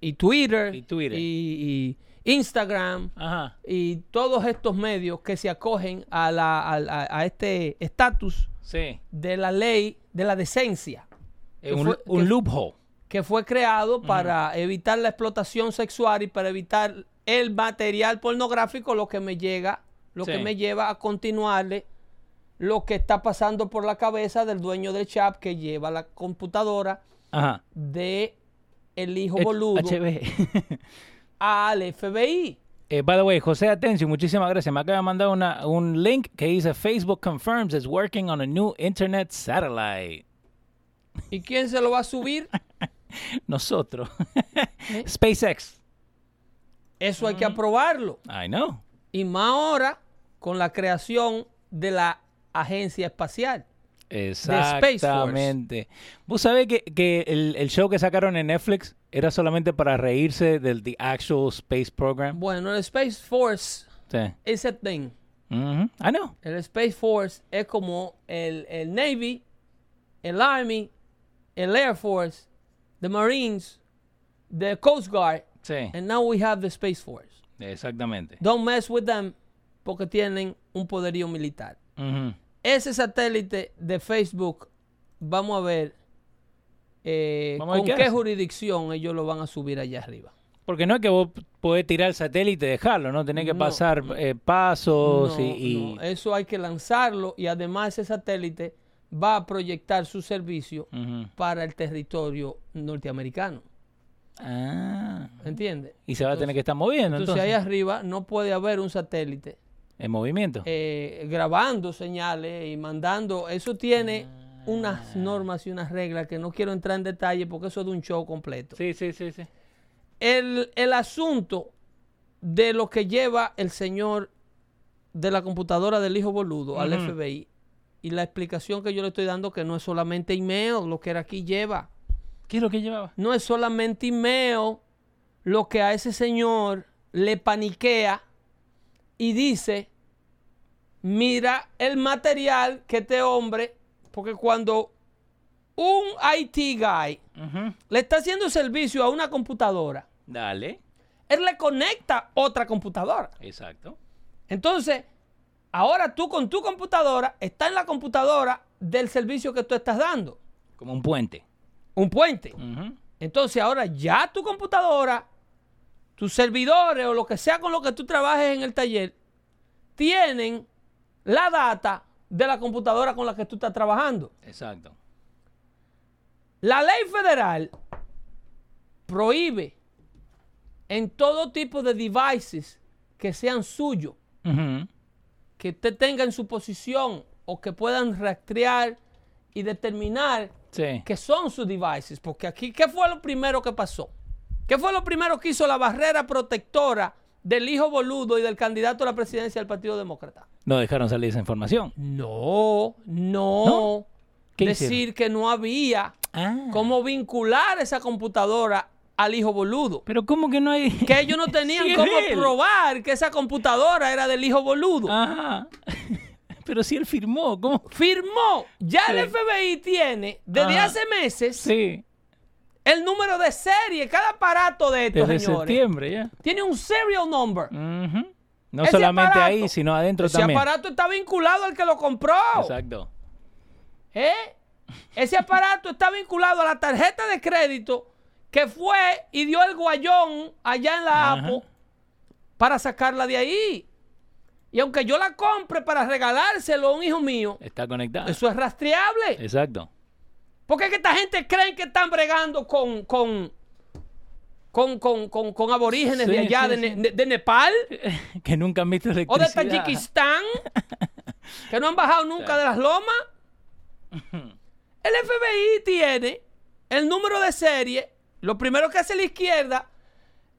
Speaker 2: Y Twitter,
Speaker 1: Y Twitter.
Speaker 2: y- y Instagram,
Speaker 1: Ajá.
Speaker 2: y todos estos medios que se acogen a, la, al- a- a este estatus
Speaker 1: Sí.
Speaker 2: de la ley de la decencia,
Speaker 1: Eh, un
Speaker 2: fue-
Speaker 1: un
Speaker 2: que-
Speaker 1: loophole.
Speaker 2: que fue creado para evitar la explotación sexual y para evitar el material pornográfico, lo que me llega, lo
Speaker 1: Sí.
Speaker 2: que me lleva a continuarle lo que está pasando por la cabeza del dueño del chat que lleva la computadora
Speaker 1: Ajá.
Speaker 2: de el hijo
Speaker 1: Eh,
Speaker 2: boludo
Speaker 1: HB.
Speaker 2: al FBI.
Speaker 1: (laughs) Eh, by the way, José Atencio, muchísimas gracias. Me acaba de mandar una- un link que dice Facebook confirms it's working on a new internet satellite. (laughs)
Speaker 2: ¿Y quién se lo va a subir?
Speaker 1: Nosotros. (laughs) SpaceX.
Speaker 2: Eso hay que aprobarlo.
Speaker 1: I know.
Speaker 2: Y más ahora con la creación de la agencia espacial. Force.
Speaker 1: Exactamente. Vos sabés que, que el, el show que sacaron en Netflix era solamente para reírse del The Actual Space Program.
Speaker 2: Bueno, el Space Force
Speaker 1: Sí.
Speaker 2: es el thing.
Speaker 1: Ujú. I know.
Speaker 2: El Space Force es como el, el Navy, el Army, el Air Force, the Marines, the Coast Guard,
Speaker 1: Sí.
Speaker 2: and now we have the Space Force.
Speaker 1: Exactamente.
Speaker 2: Don't mess with them porque tienen un poderío militar.
Speaker 1: Ujú.
Speaker 2: Ese satélite de Facebook, vamos a ver eh,
Speaker 1: Vamos a ver
Speaker 2: con
Speaker 1: qué
Speaker 2: qué
Speaker 1: hace.
Speaker 2: jurisdicción ellos lo van a subir allá arriba.
Speaker 1: Porque no es que vos podés tirar el satélite y dejarlo, ¿no? Tenés que
Speaker 2: No.
Speaker 1: pasar eh, pasos
Speaker 2: No,
Speaker 1: y... y-
Speaker 2: no, eso hay que lanzarlo y además ese satélite va a proyectar su servicio
Speaker 1: Ujú.
Speaker 2: para el territorio norteamericano.
Speaker 1: Ah.
Speaker 2: ¿Entiendes?
Speaker 1: Y se va a tener que estar moviendo,
Speaker 2: Entonces,
Speaker 1: entonces.
Speaker 2: ahí arriba no puede haber un satélite
Speaker 1: En movimiento.
Speaker 2: eh, grabando señales y mandando. Eso tiene unas
Speaker 1: Ah.
Speaker 2: normas y unas reglas que no quiero entrar en detalle porque eso es de un show completo.
Speaker 1: Sí, sí, sí, sí.
Speaker 2: el, el asunto de lo que lleva el señor de la computadora del hijo boludo al FBI y la explicación que yo le estoy dando que no es solamente email lo que era aquí lleva.
Speaker 1: ¿Qué es lo que llevaba?
Speaker 2: No es solamente email lo que a ese señor le paniquea y dice, mira el material que este hombre, porque cuando un IT guy le está haciendo servicio a una computadora,
Speaker 1: Dale.
Speaker 2: él le conecta otra computadora.
Speaker 1: Exacto.
Speaker 2: Entonces, ahora tú con tu computadora, está en la computadora del servicio que tú estás dando,
Speaker 1: Como un puente.
Speaker 2: un puente.
Speaker 1: Ujú.
Speaker 2: Entonces, ahora ya tu computadora, tus servidores o lo que sea con lo que tú trabajes en el taller, tienen la data de la computadora con la que tú estás trabajando.
Speaker 1: Exacto.
Speaker 2: La ley federal prohíbe en todo tipo de devices que sean suyos.
Speaker 1: Ujú.
Speaker 2: que usted tenga en su posición o que puedan rastrear y determinar
Speaker 1: Sí.
Speaker 2: que son sus devices. Porque aquí, ¿qué fue lo primero que pasó? ¿Qué fue lo primero que hizo la barrera protectora del hijo boludo y del candidato a la presidencia del Partido Demócrata?
Speaker 1: No dejaron salir esa información.
Speaker 2: No, no.
Speaker 1: ¿No? ¿Qué
Speaker 2: Decir
Speaker 1: hicieron?
Speaker 2: que no había
Speaker 1: Ah.
Speaker 2: cómo vincular esa computadora al hijo boludo.
Speaker 1: Pero ¿cómo que no hay...?
Speaker 2: Que ellos no tenían
Speaker 1: (laughs) Sí, es
Speaker 2: cómo
Speaker 1: él. Ah.
Speaker 2: probar que esa computadora era del hijo boludo.
Speaker 1: Ajá. (laughs) Pero si él firmó, ¿cómo?
Speaker 2: Firmó. Ya el
Speaker 1: Sí.
Speaker 2: FBI tiene desde
Speaker 1: Ajá.
Speaker 2: hace meses
Speaker 1: Sí.
Speaker 2: el número de serie. Cada aparato de estos,
Speaker 1: Desde
Speaker 2: señores,
Speaker 1: septiembre ya.
Speaker 2: tiene un serial number.
Speaker 1: Ujú. No
Speaker 2: Ese
Speaker 1: solamente
Speaker 2: aparato-
Speaker 1: ahí, sino adentro
Speaker 2: Mm, Ese
Speaker 1: también.
Speaker 2: aparato está vinculado al que lo compró.
Speaker 1: Exacto.
Speaker 2: ¿eh? Ese aparato está vinculado a la tarjeta de crédito que fue y dio el guayón allá en la
Speaker 1: Ajá.
Speaker 2: APO para sacarla de ahí. Y aunque yo la compre para regalárselo a un hijo mío,
Speaker 1: Está conectado.
Speaker 2: eso es rastreable.
Speaker 1: Exacto.
Speaker 2: Porque es que esta gente cree que están bregando con, con, con, con, con- con aborígenes de
Speaker 1: Sí,
Speaker 2: allá,
Speaker 1: sí,
Speaker 2: de,
Speaker 1: sí.
Speaker 2: Ne- de- de Nepal
Speaker 1: (laughs) Que nunca han visto
Speaker 2: o de
Speaker 1: electricidad.
Speaker 2: Tayikistán, que no han bajado nunca de las lomas. El FBI tiene el número de serie. Lo primero que hace la izquierda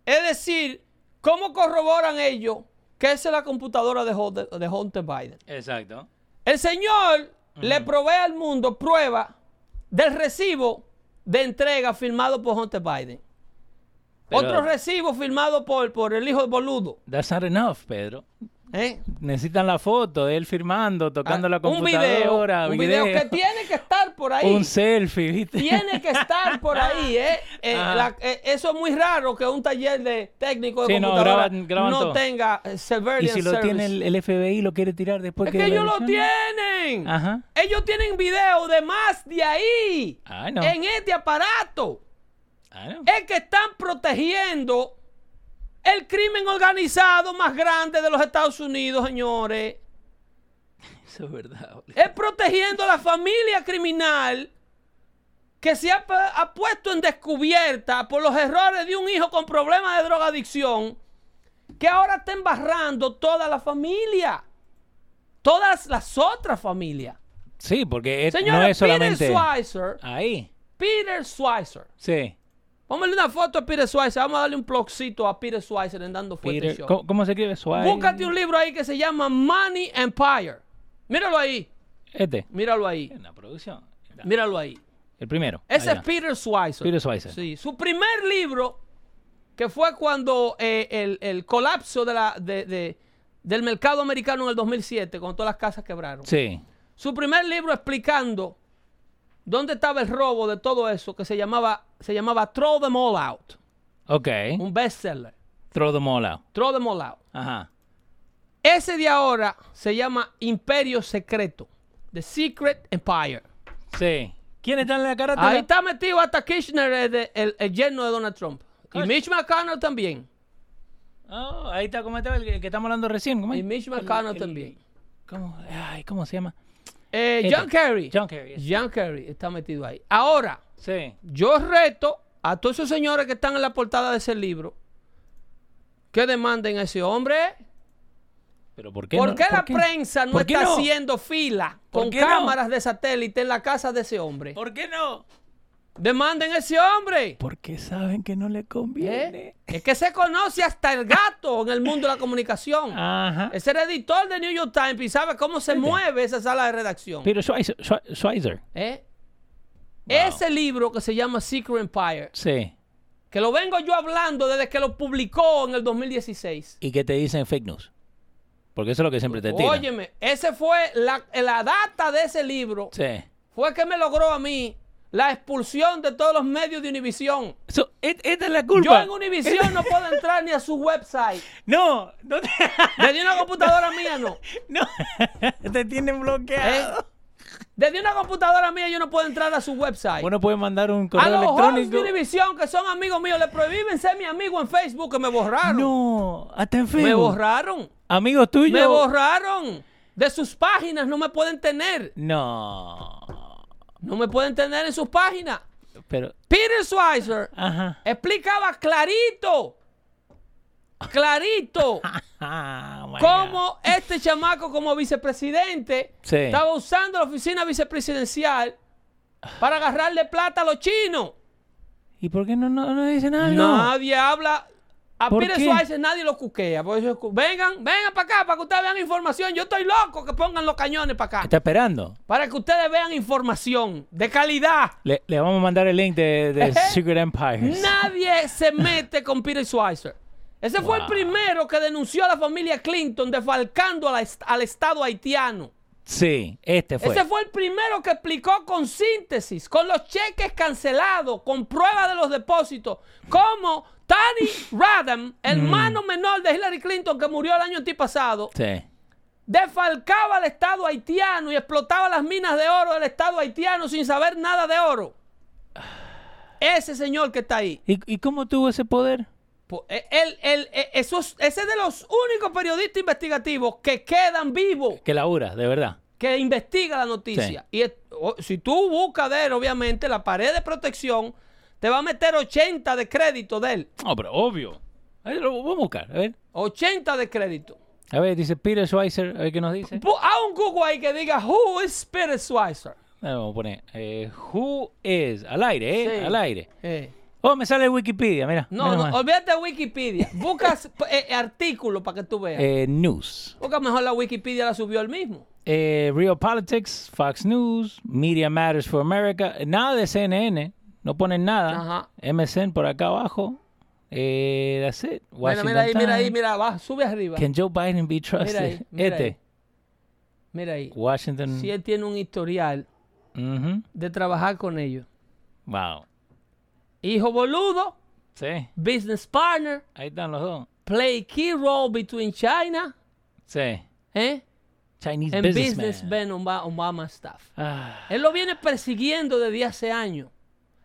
Speaker 2: es decir, ¿cómo corroboran ellos que esa es la computadora de Hunter, de Hunter Biden?
Speaker 1: Exacto.
Speaker 2: El señor le provee al mundo prueba del recibo de entrega firmado por Hunter Biden.
Speaker 1: Pero-
Speaker 2: Otro recibo firmado por, por el hijo de boludo.
Speaker 1: That's not enough, Pedro.
Speaker 2: ¿eh?
Speaker 1: Necesitan la foto de él firmando, tocando
Speaker 2: Ah,
Speaker 1: la computadora.
Speaker 2: Un video,
Speaker 1: (laughs)
Speaker 2: un video que tiene que estar por ahí.
Speaker 1: Un selfie, ¿viste?
Speaker 2: (laughs) tiene que estar
Speaker 1: (laughs)
Speaker 2: por ahí, ¿eh? Eh,
Speaker 1: Ajá.
Speaker 2: la- eh, eso es muy raro que un taller de técnico de
Speaker 1: Sí, no,
Speaker 2: computadora no,
Speaker 1: graban- graban todo.
Speaker 2: tenga eh,
Speaker 1: (laughs) Y
Speaker 2: surveillance
Speaker 1: si lo
Speaker 2: service.
Speaker 1: tiene el, el FBI, lo quiere tirar después
Speaker 2: es
Speaker 1: que...
Speaker 2: que ellos lo
Speaker 1: revisionen.
Speaker 2: tienen.
Speaker 1: Ajá.
Speaker 2: Ellos tienen video de más de ahí.
Speaker 1: Ah, no.
Speaker 2: En este aparato.
Speaker 1: Ah, no.
Speaker 2: Es que están protegiendo el crimen organizado más grande de los Estados Unidos, señores.
Speaker 1: Eso es verdad. boludo.
Speaker 2: es protegiendo a la familia criminal que se ha, pu- ha puesto en descubierta por los errores de un hijo con problemas de drogadicción, que ahora está embarrando toda la familia, todas las otras familias.
Speaker 1: Sí, porque es-
Speaker 2: Señores,
Speaker 1: no es solamente...
Speaker 2: Peter Schweizer,
Speaker 1: Ahí.
Speaker 2: Peter Schweizer.
Speaker 1: Sí.
Speaker 2: Póngale una foto a Peter Schweizer, vamos a darle un plogcito a Peter Schweizer en Dando Fuerte
Speaker 1: Peter-
Speaker 2: Show.
Speaker 1: ¿Cómo, cómo se escribe? Swire.
Speaker 2: Búscate un libro ahí que se llama Money Empire. Míralo ahí,
Speaker 1: Este.
Speaker 2: míralo ahí,
Speaker 1: En la producción.
Speaker 2: míralo ahí.
Speaker 1: El primero.
Speaker 2: Ese
Speaker 1: allá.
Speaker 2: es Peter Schweizer.
Speaker 1: Peter Schweizer.
Speaker 2: Sí, su primer libro, que fue cuando eh, el, el colapso de la, de- de- del mercado americano en el 2007, cuando todas las casas quebraron.
Speaker 1: Sí.
Speaker 2: Su primer libro explicando dónde estaba el robo de todo eso, que se llamaba, se llamaba Throw Them All Out,
Speaker 1: Ok.
Speaker 2: un bestseller.
Speaker 1: Throw them all out.
Speaker 2: Throw Them All Out.
Speaker 1: Ajá.
Speaker 2: Ese de ahora se llama Imperio Secreto, The Secret Empire.
Speaker 1: Sí. ¿Quién está en la cara?
Speaker 2: Ahí está metido hasta Kirchner, el, de- el- el yerno de Donald Trump. Y
Speaker 1: Ay.
Speaker 2: Mitch McConnell también.
Speaker 1: Oh, ahí está, ¿cómo estaba el que, el que estamos hablando recién? ¿Cómo, es?
Speaker 2: Y Mitch
Speaker 1: El-
Speaker 2: McConnell
Speaker 1: el-
Speaker 2: también.
Speaker 1: ¿cómo? Ay, ¿cómo se llama?
Speaker 2: Eh,
Speaker 1: Este.
Speaker 2: John Kerry.
Speaker 1: John Kerry. es-
Speaker 2: John Kerry está metido ahí. Ahora,
Speaker 1: Sí.
Speaker 2: yo reto a todos esos señores que están en la portada de ese libro que demanden a ese hombre.
Speaker 1: ¿Pero por qué
Speaker 2: ¿Por
Speaker 1: no-
Speaker 2: qué la prensa no
Speaker 1: ¿Por qué
Speaker 2: está
Speaker 1: no?
Speaker 2: haciendo fila
Speaker 1: ¿Por
Speaker 2: con
Speaker 1: qué no?
Speaker 2: cámaras de satélite en la casa de ese hombre?
Speaker 1: ¿Por qué no?
Speaker 2: Demanden a ese hombre.
Speaker 1: Porque saben que no le conviene.
Speaker 2: ¿Eh? Es que se conoce hasta el gato en el mundo
Speaker 1: (laughs)
Speaker 2: de la comunicación.
Speaker 1: Ajá.
Speaker 2: Es el editor de New York Times y sabe cómo se mueve esa sala de redacción.
Speaker 1: Pero Schweizer. Schwe- Schweizer.
Speaker 2: ¿eh?
Speaker 1: Wow.
Speaker 2: Ese libro que se llama Secret Empire,
Speaker 1: Sí.
Speaker 2: que lo vengo yo hablando desde que lo publicó en el 2016.
Speaker 1: ¿Y qué te dicen fake news? Porque eso es lo que siempre te tiran.
Speaker 2: Óyeme, ese fue la, la data de ese libro.
Speaker 1: Sí.
Speaker 2: Fue que me logró a mí la expulsión de todos los medios de Univisión.
Speaker 1: So, et- esta es la
Speaker 2: Yo
Speaker 1: culpa.
Speaker 2: en Univisión no puedo entrar ni a su website.
Speaker 1: No, no te, (laughs)
Speaker 2: Desde una computadora mía no. ¿eh?
Speaker 1: no. (laughs) te tienen bloqueado.
Speaker 2: Desde una computadora mía yo no puedo entrar a su website.
Speaker 1: Uno puede mandar un
Speaker 2: a
Speaker 1: correo
Speaker 2: los hosts de
Speaker 1: electrónico.
Speaker 2: Univisión que son amigos míos, le prohíben ser mi amigo en Facebook que me borraron.
Speaker 1: No, hasta en
Speaker 2: Me
Speaker 1: Facebook.
Speaker 2: borraron.
Speaker 1: Amigos tuyos.
Speaker 2: Me borraron. De sus páginas no me pueden tener.
Speaker 1: No.
Speaker 2: No me pueden tener en sus páginas.
Speaker 1: Pero,
Speaker 2: Peter Schweizer
Speaker 1: ajá. (laughs)
Speaker 2: explicaba clarito. Clarito.
Speaker 1: Ah, my God.
Speaker 2: cómo este chamaco como vicepresidente
Speaker 1: Sí.
Speaker 2: estaba usando la oficina vicepresidencial para agarrarle plata a los chinos.
Speaker 1: ¿Y por qué no, no, no dicen algo?
Speaker 2: Nadie habla. A
Speaker 1: ¿Por
Speaker 2: Pire
Speaker 1: qué?
Speaker 2: Suárez nadie lo cuquea. Por eso, es cu- vengan, vengan para acá para que ustedes vean información. Yo estoy loco que pongan los cañones para acá.
Speaker 1: Está esperando.
Speaker 2: Para que ustedes vean información de calidad.
Speaker 1: Le, le vamos a mandar el link de,
Speaker 2: (laughs)
Speaker 1: de Secret Empires. (laughs)
Speaker 2: Nadie se mete con Peter Schweizer. Ese fue el
Speaker 1: Wow.
Speaker 2: primero que denunció a la familia Clinton defalcando a la est- al Estado haitiano.
Speaker 1: Sí, este fue.
Speaker 2: Ese fue el primero que explicó con síntesis, con los cheques cancelados, con pruebas de los depósitos, cómo Tani
Speaker 1: Mm.
Speaker 2: Radham, hermano menor de Hillary Clinton que murió el año antipasado,
Speaker 1: Sí.
Speaker 2: defalcaba al Estado haitiano y explotaba las minas de oro del Estado haitiano sin saber nada de oro. Ese señor que está ahí.
Speaker 1: ¿Y, y cómo tuvo ese poder?
Speaker 2: Po- eh, él- él- eh, esos- ese es de los únicos periodistas investigativos que quedan vivos,
Speaker 1: Que labura, de verdad.
Speaker 2: que investiga la noticia. Y es- o- si tú buscas de él, obviamente, la pared de protección te va a meter 80 de crédito de él.
Speaker 1: No, pero obvio. A ver, lo voy a buscar. A ver.
Speaker 2: 80 de crédito.
Speaker 1: A ver, dice Peter Schweizer. A ver qué nos dice.
Speaker 2: Bu- Haz un Google ahí que diga, ¿Who is Peter Schweizer?
Speaker 1: A ver, Ah, vamos a poner. eh, who is? Al aire, ¿eh?
Speaker 2: Sí.
Speaker 1: Al aire.
Speaker 2: Eh,
Speaker 1: Oh, me sale Wikipedia, mira.
Speaker 2: No,
Speaker 1: mira
Speaker 2: no,
Speaker 1: nomás.
Speaker 2: olvídate de Wikipedia. Buscas (laughs) eh, artículos para que tú veas.
Speaker 1: Eh, news.
Speaker 2: Porque mejor la Wikipedia la subió él mismo.
Speaker 1: eh, Real Politics, Fox News, Media Matters for America, eh, nada de CNN, no ponen nada.
Speaker 2: Ajá.
Speaker 1: MSN por acá abajo. Eh, that's it.
Speaker 2: Mira,
Speaker 1: Washington
Speaker 2: mira ahí, mira ahí,
Speaker 1: Times.
Speaker 2: mira abajo, sube arriba.
Speaker 1: Can Joe Biden be trusted?
Speaker 2: Mira ahí, mira
Speaker 1: este,
Speaker 2: ahí. Mira ahí.
Speaker 1: Washington.
Speaker 2: si él tiene un historial
Speaker 1: Ujú.
Speaker 2: de trabajar con ellos.
Speaker 1: Wow.
Speaker 2: Hijo boludo,
Speaker 1: Sí,
Speaker 2: business partner,
Speaker 1: ahí están los dos.
Speaker 2: play key role between China
Speaker 1: Sí.
Speaker 2: ¿eh?
Speaker 1: Chinese
Speaker 2: and
Speaker 1: businessman.
Speaker 2: business Ben Obama, Obama staff.
Speaker 1: Ah,
Speaker 2: Él lo viene persiguiendo desde hace años.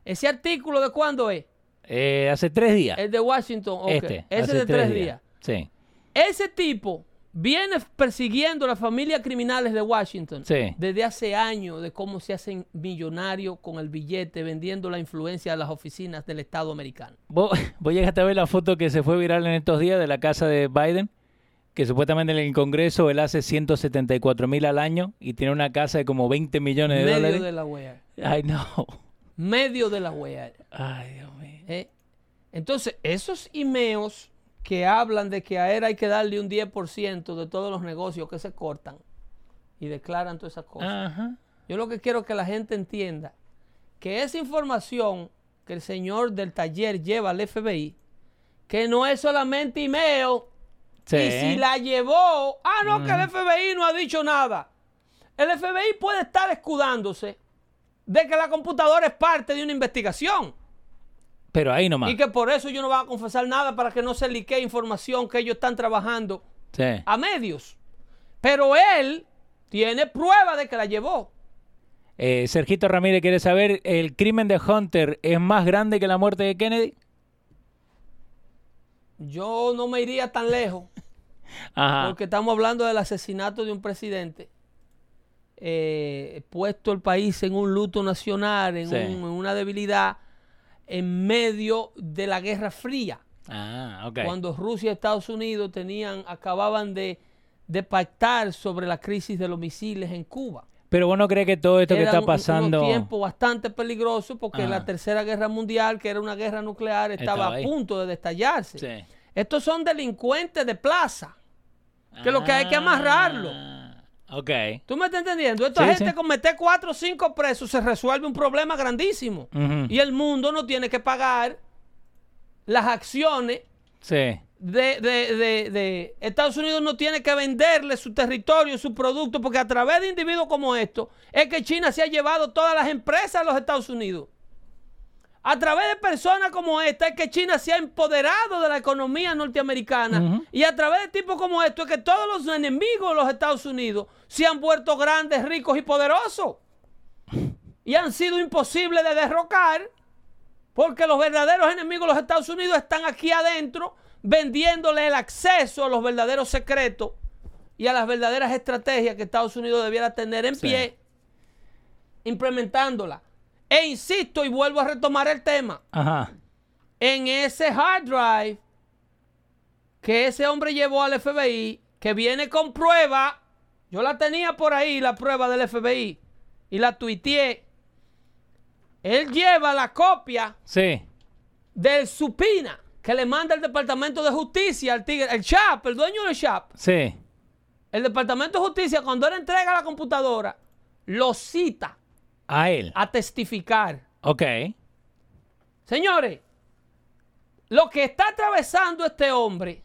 Speaker 2: Ese artículo de cuándo es?
Speaker 1: eh, hace tres días.
Speaker 2: El de Washington. ok.
Speaker 1: Este.
Speaker 2: Ese
Speaker 1: hace
Speaker 2: de tres días.
Speaker 1: Sí.
Speaker 2: Ese tipo viene persiguiendo a las familias criminales de Washington
Speaker 1: Sí.
Speaker 2: desde hace años de cómo se hacen millonarios con el billete vendiendo la influencia a las oficinas del Estado americano.
Speaker 1: ¿Vos, (laughs) vos llegaste a ver la foto que se fue viral en estos días de la casa de Biden? Que supuestamente en el Congreso él hace 174 mil al año y tiene una casa de como 20 millones de
Speaker 2: Medio
Speaker 1: dólares.
Speaker 2: de la wea.
Speaker 1: Ay, no.
Speaker 2: medio de la web.
Speaker 1: Ay, Dios mío.
Speaker 2: ¿eh? Entonces, esos imeos que hablan de que a él hay que darle un 10% de todos los negocios que se cortan y declaran todas esas cosas.
Speaker 1: Ajá.
Speaker 2: Yo lo que quiero es que la gente entienda que esa información que el señor del taller lleva al FBI, que no es solamente imeo,
Speaker 1: Sí.
Speaker 2: y si la llevó, ah, no, que el FBI no ha dicho nada. El FBI puede estar escudándose de que la computadora es parte de una investigación
Speaker 1: Pero ahí nomás.
Speaker 2: y que por eso yo no van a confesar nada para que no se liquee información que ellos están trabajando
Speaker 1: Sí.
Speaker 2: a medios. Pero él tiene prueba de que la llevó.
Speaker 1: Eh, Sergito Ramírez quiere saber, ¿el crimen de Hunter es más grande que la muerte de Kennedy?
Speaker 2: Yo no me iría tan lejos
Speaker 1: Ajá.
Speaker 2: porque estamos hablando del asesinato de un presidente. eh, puesto el país en un luto nacional, en,
Speaker 1: Sí.
Speaker 2: un- en una debilidad, en medio de la Guerra Fría,
Speaker 1: Ah, ok.
Speaker 2: cuando Rusia y Estados Unidos tenían, acababan de, de pactar sobre la crisis de los misiles en Cuba.
Speaker 1: Pero vos no crees que todo esto que
Speaker 2: Era
Speaker 1: está
Speaker 2: un- unos
Speaker 1: pasando...
Speaker 2: tiempos bastante peligroso porque
Speaker 1: Ajá.
Speaker 2: la Tercera Guerra Mundial, que era una guerra nuclear, estaba,
Speaker 1: Estaba ahí.
Speaker 2: a punto de destallarse.
Speaker 1: Sí.
Speaker 2: Estos son delincuentes de plaza, que lo que hay que amarrarlo.
Speaker 1: Ah, Ok.
Speaker 2: ¿Tú me estás entendiendo? Esta
Speaker 1: Sí,
Speaker 2: gente
Speaker 1: sí.
Speaker 2: con meter cuatro o cinco presos se resuelve un problema grandísimo.
Speaker 1: Ujú.
Speaker 2: Y el mundo no tiene que pagar las acciones
Speaker 1: Sí.
Speaker 2: de, de- de- de- Estados Unidos no tiene que venderle su territorio, su producto, porque a través de individuos como estos es que China se ha llevado todas las empresas a los Estados Unidos. A través de personas como esta es que China se ha empoderado de la economía norteamericana.
Speaker 1: Ujú.
Speaker 2: Y a través de tipos como estos es que todos los enemigos de los Estados Unidos se han vuelto grandes, ricos y poderosos. Y han sido imposibles de derrocar. Porque los verdaderos enemigos de los Estados Unidos están aquí adentro vendiéndole el acceso a los verdaderos secretos y a las verdaderas estrategias que Estados Unidos debiera tener en
Speaker 1: Sí.
Speaker 2: pie, implementándola. E insisto y vuelvo a retomar el tema,
Speaker 1: Ajá.
Speaker 2: en ese hard drive que ese hombre llevó al FBI que viene con prueba. Yo la tenía por ahí, la prueba del FBI, y la tuiteé. Él lleva la copia
Speaker 1: Sí.
Speaker 2: del supina que le manda el Departamento de Justicia al tigre, el chap, el dueño del chap.
Speaker 1: Sí.
Speaker 2: El Departamento de Justicia, cuando él entrega la computadora, lo cita
Speaker 1: A él.
Speaker 2: a testificar.
Speaker 1: Ok.
Speaker 2: Señores, lo que está atravesando este hombre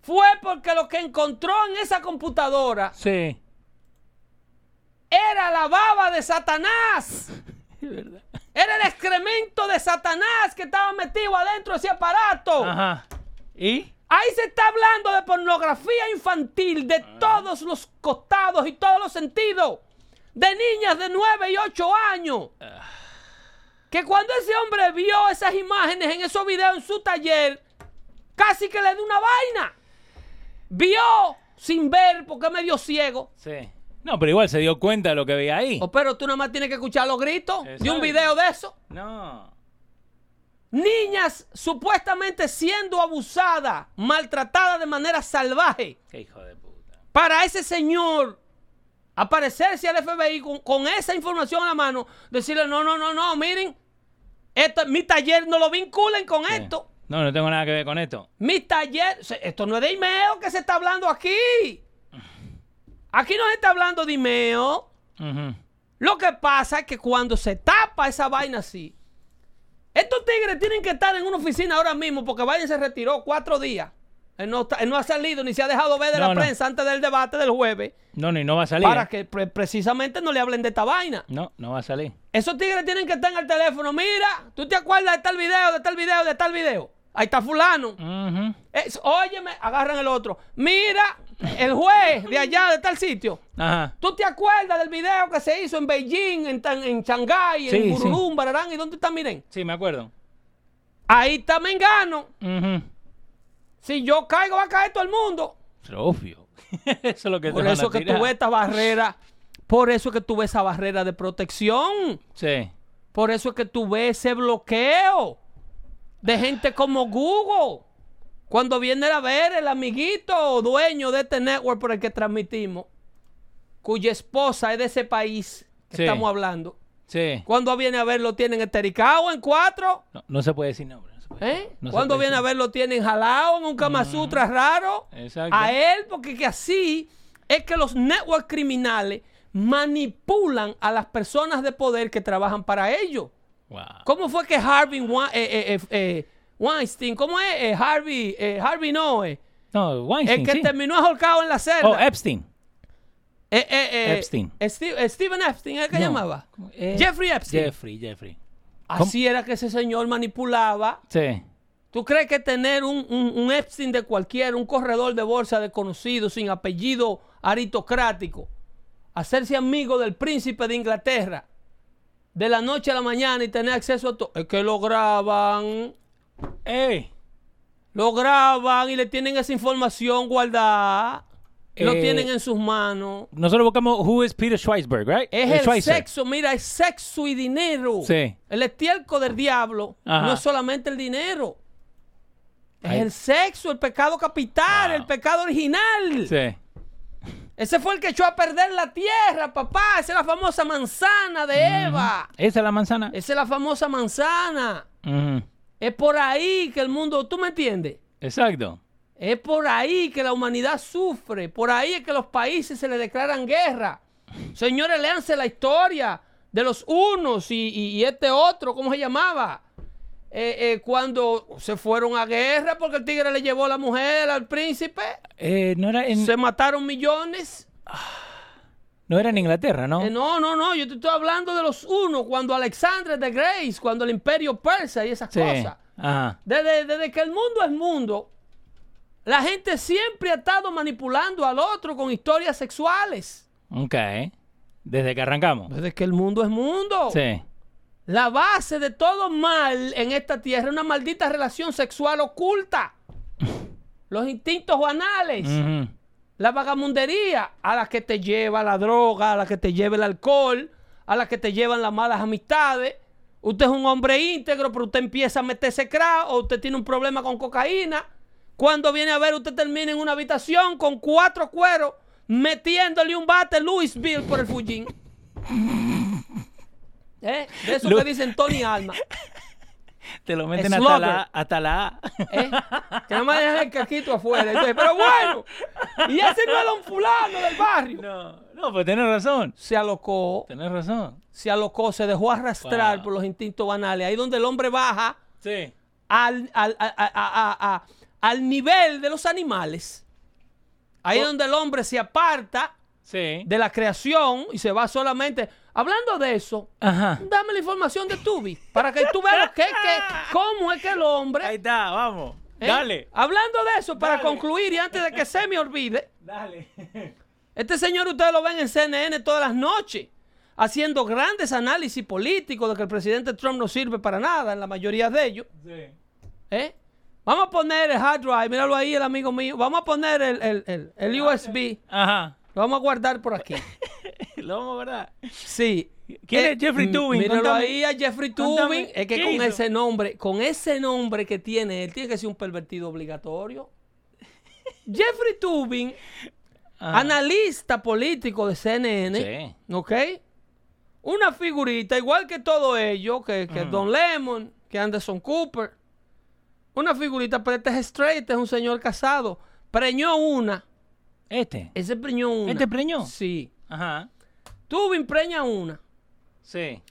Speaker 2: fue porque lo que encontró en esa computadora
Speaker 1: Sí.
Speaker 2: era la baba de Satanás. Era el excremento de Satanás que estaba metido adentro de ese aparato.
Speaker 1: Ajá. ¿Y?
Speaker 2: Ahí se está hablando de pornografía infantil de todos los costados y todos los sentidos. De niñas de 9 y 8 años. Que cuando ese hombre vio esas imágenes en esos videos en su taller, casi que le dio una vaina. Vio sin ver porque medio ciego.
Speaker 1: Sí. No, pero igual se dio cuenta de lo que veía ahí.
Speaker 2: Oh, pero tú nada más tienes que escuchar los gritos de un
Speaker 1: Exacto.
Speaker 2: video de eso.
Speaker 1: No.
Speaker 2: Niñas supuestamente siendo abusadas, maltratadas de manera salvaje.
Speaker 1: Qué hijo de puta.
Speaker 2: para ese señor aparecerse al FBI con, con esa información a la mano, decirle, no, no, no, no, miren, esto, mi taller no lo vinculen con Ah, esto.
Speaker 1: No, no tengo nada que ver con esto.
Speaker 2: Mi taller, se- esto no es de Imeo que se está hablando aquí. Aquí no se está hablando de Imeo.
Speaker 1: Ujú.
Speaker 2: Lo que pasa es que cuando se tapa esa vaina así, estos tigres tienen que estar en una oficina ahora mismo porque Biden se retiró cuatro días. Él no, está- él no ha salido ni se ha dejado ver de
Speaker 1: No,
Speaker 2: la
Speaker 1: no.
Speaker 2: prensa antes del debate del jueves.
Speaker 1: No, no, y no va a salir.
Speaker 2: Para
Speaker 1: ¿eh?
Speaker 2: que pre- precisamente no le hablen de esta vaina.
Speaker 1: No, no va a salir.
Speaker 2: Esos tigres tienen que estar en el teléfono. Mira, ¿tú te acuerdas de tal video, de tal video, de tal video? Ahí está fulano.
Speaker 1: Ujú.
Speaker 2: Es- óyeme, agarran el otro. Mira, el juez de allá, de tal sitio.
Speaker 1: Ajá.
Speaker 2: ¿Tú te acuerdas del video que se hizo en Beijing, en, Tan- en Shanghái,
Speaker 1: Sí,
Speaker 2: en
Speaker 1: sí.
Speaker 2: Burundum, Bararán? ¿Y dónde está? Miren.
Speaker 1: Sí, me acuerdo.
Speaker 2: Ahí está Mengano.
Speaker 1: Ujú.
Speaker 2: Si yo caigo, va a caer todo el mundo.
Speaker 1: Pero obvio. (laughs) eso es lo que te
Speaker 2: Por
Speaker 1: van a
Speaker 2: eso que
Speaker 1: tirar.
Speaker 2: tuve esta barrera. Por eso que tuve esa barrera de protección.
Speaker 1: Sí.
Speaker 2: Por eso es que tú ves ese bloqueo de gente como Google. Cuando viene a ver el amiguito o dueño de este network por el que transmitimos, cuya esposa es de ese país que
Speaker 1: Sí.
Speaker 2: estamos hablando.
Speaker 1: Sí.
Speaker 2: Cuando viene a ver lo tienen estericado en cuatro.
Speaker 1: No, no se puede decir nombre. No se puede.
Speaker 2: ¿eh?
Speaker 1: No pues, se
Speaker 2: Cuando
Speaker 1: puede
Speaker 2: viene a
Speaker 1: decir.
Speaker 2: ver lo tienen jalado en un Kama Sutra raro.
Speaker 1: Mm. Exacto.
Speaker 2: Eh, A él, porque que así es que los network criminales manipulan a las personas de poder que trabajan para ellos.
Speaker 1: Wow.
Speaker 2: ¿Cómo fue que Harvey Wa- eh, eh, eh, eh, Weinstein, cómo es eh, Harvey, eh, Harvey no, eh,
Speaker 1: No, Weinstein.
Speaker 2: el que
Speaker 1: sí.
Speaker 2: terminó ahorcado en la celda?
Speaker 1: Oh, Epstein.
Speaker 2: Eh, eh, eh,
Speaker 1: Epstein.
Speaker 2: Steve- eh, Steven Epstein, ¿es que
Speaker 1: No.
Speaker 2: llamaba?
Speaker 1: ¿Cómo? Eh,
Speaker 2: Jeffrey Epstein.
Speaker 1: Jeffrey, Jeffrey.
Speaker 2: Así era que ese señor manipulaba.
Speaker 1: Sí.
Speaker 2: ¿Tú crees que tener un, un- un Epstein de cualquiera, un corredor de bolsa desconocido, sin apellido aristocrático, hacerse amigo del príncipe de Inglaterra de la noche a la mañana y tener acceso a todo? Es que lo graban.
Speaker 1: ¡Ey!
Speaker 2: Lo graban y le tienen esa información guardada. y Lo
Speaker 1: Eh,
Speaker 2: tienen en sus manos.
Speaker 1: Nosotros buscamos Who is Peter Schweizberg, right?
Speaker 2: Es
Speaker 1: Eh,
Speaker 2: el
Speaker 1: Schweizer.
Speaker 2: sexo, mira, es sexo y dinero.
Speaker 1: Sí.
Speaker 2: El estiércol del diablo
Speaker 1: Ajá.
Speaker 2: no es solamente el dinero. Es
Speaker 1: Ahí.
Speaker 2: el sexo, el pecado capital, el pecado
Speaker 1: Ah.
Speaker 2: original.
Speaker 1: Sí.
Speaker 2: Ese fue el que echó a perder la tierra, papá. Esa es la famosa manzana
Speaker 1: Mm.
Speaker 2: de Eva.
Speaker 1: Esa es la manzana.
Speaker 2: Esa Ah. es la famosa manzana.
Speaker 1: Ujú.
Speaker 2: Es por ahí que el mundo, ¿tú me entiendes?
Speaker 1: Exacto.
Speaker 2: Es por ahí que la humanidad sufre, por ahí es que los países se le declaran guerra. Señores, léanse la historia de los unos y, y- y este otro, ¿cómo se llamaba? Eh, eh, cuando se fueron a guerra porque el tigre le llevó la mujer al príncipe,
Speaker 1: Eh, no, era en,
Speaker 2: se mataron millones.
Speaker 1: no era en Inglaterra, ¿no?
Speaker 2: Eh, no, no, no, yo te estoy hablando de los unos, cuando Alexander de Grace, cuando el imperio persa y esas
Speaker 1: sí.
Speaker 2: cosas.
Speaker 1: Ajá.
Speaker 2: Desde, desde que el mundo es mundo, la gente siempre ha estado manipulando al otro con historias sexuales.
Speaker 1: Ok. Desde que arrancamos.
Speaker 2: Desde que el mundo es mundo.
Speaker 1: Sí.
Speaker 2: La base de todo mal en esta tierra es una maldita relación sexual oculta. Los instintos banales,
Speaker 1: Ujú.
Speaker 2: la vagamundería a la que te lleva la droga, a la que te lleva el alcohol, a la que te llevan las malas amistades. Usted es un hombre íntegro, pero usted empieza a meterse crack o usted tiene un problema con cocaína. Cuando viene a ver, usted termina en una habitación con cuatro cueros metiéndole un bate Louisville por el Fujin. (laughs) ¿Eh? De eso
Speaker 1: Lu-
Speaker 2: que dicen Tony Alma.
Speaker 1: Te lo meten hasta
Speaker 2: Slugger.
Speaker 1: la, A, hasta la A. (laughs)
Speaker 2: ¿eh? Que nada más dejan el caquito afuera. Entonces, pero bueno, y ese no era un fulano del barrio.
Speaker 1: No, no, pues tienes razón.
Speaker 2: Se alocó,
Speaker 1: Tienes razón.
Speaker 2: se alocó, se dejó arrastrar
Speaker 1: Wow.
Speaker 2: por los instintos banales. Ahí donde el hombre baja
Speaker 1: Sí.
Speaker 2: al, al- a- a- a- a- al nivel de los animales.
Speaker 1: Oh.
Speaker 2: Ahí es donde el hombre se aparta
Speaker 1: Sí.
Speaker 2: de la creación y se va solamente. Hablando de eso,
Speaker 1: Ajá.
Speaker 2: dame la información de Tubi para que tú veas lo que, que- cómo es que el hombre.
Speaker 1: Ahí está, vamos.
Speaker 2: ¿eh?
Speaker 1: Dale.
Speaker 2: Hablando de eso, para
Speaker 1: Dale.
Speaker 2: concluir y antes de que se me olvide,
Speaker 1: Dale. (laughs)
Speaker 2: este señor ustedes lo ven en CNN todas las noches, haciendo grandes análisis políticos de que el presidente Trump no sirve para nada en la mayoría de ellos.
Speaker 1: Sí.
Speaker 2: ¿Eh? Vamos a poner el hard drive, míralo ahí el amigo mío. Vamos a poner el, el- el- el USB.
Speaker 1: Ajá.
Speaker 2: Lo vamos a guardar por aquí.
Speaker 1: (laughs) Lo vamos, ¿verdad?
Speaker 2: Sí. Eh,
Speaker 1: ¿Quién es Jeffrey
Speaker 2: m-
Speaker 1: Tubin?
Speaker 2: Míralo
Speaker 1: Cuéntame.
Speaker 2: ahí a Jeffrey
Speaker 1: Cuéntame,
Speaker 2: Tubin. Es que
Speaker 1: ¿qué
Speaker 2: con
Speaker 1: hizo?
Speaker 2: ese nombre, con ese nombre que tiene, él tiene que ser un
Speaker 1: (laughs)
Speaker 2: pervertido obligatorio. Jeffrey Tubin,
Speaker 1: Ajá.
Speaker 2: analista político de CNN, ¿ok? Una figurita, igual que todo ello, que, que Don Lemon, que Anderson Cooper. Una figurita, pero este es straight, es un señor casado. Preñó una.
Speaker 1: Este.
Speaker 2: Ese preñó una.
Speaker 1: ¿Este preñó?
Speaker 2: Sí.
Speaker 1: Ajá.
Speaker 2: Tubin preña una.
Speaker 1: Sí.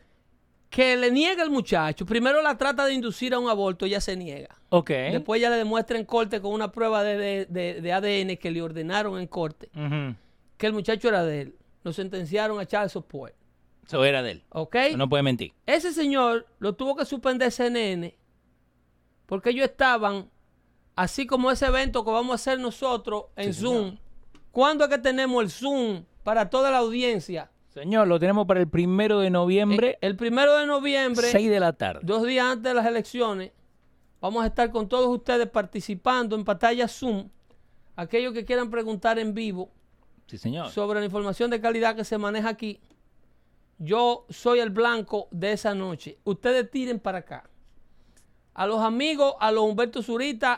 Speaker 2: que le niega el muchacho. Primero la trata de inducir a un aborto, ella se niega.
Speaker 1: Ok.
Speaker 2: Después ya le demuestra en corte con una prueba de, de- de- de ADN que le ordenaron en corte
Speaker 1: Ujú.
Speaker 2: que el muchacho era de él. Lo sentenciaron a Charles support.
Speaker 1: Eso era de él.
Speaker 2: ¿Ok?
Speaker 1: No puede mentir.
Speaker 2: Ese señor lo tuvo que suspender CNN porque ellos estaban, así como ese evento que vamos a hacer nosotros en Zoom. ¿Cuándo es que tenemos el Zoom para toda la audiencia? Eh,
Speaker 1: Señor, lo tenemos para el primero de noviembre,
Speaker 2: El primero de noviembre.
Speaker 1: 6 Eh, de la tarde.
Speaker 2: dos días antes de las elecciones, vamos a estar con todos ustedes participando en pantalla Zoom. Aquellos que quieran preguntar en vivo
Speaker 1: Sí, señor.
Speaker 2: sobre la información de calidad que se maneja aquí, yo soy el blanco de esa noche. Ustedes tiren para acá. A los amigos, a los Humberto Zurita,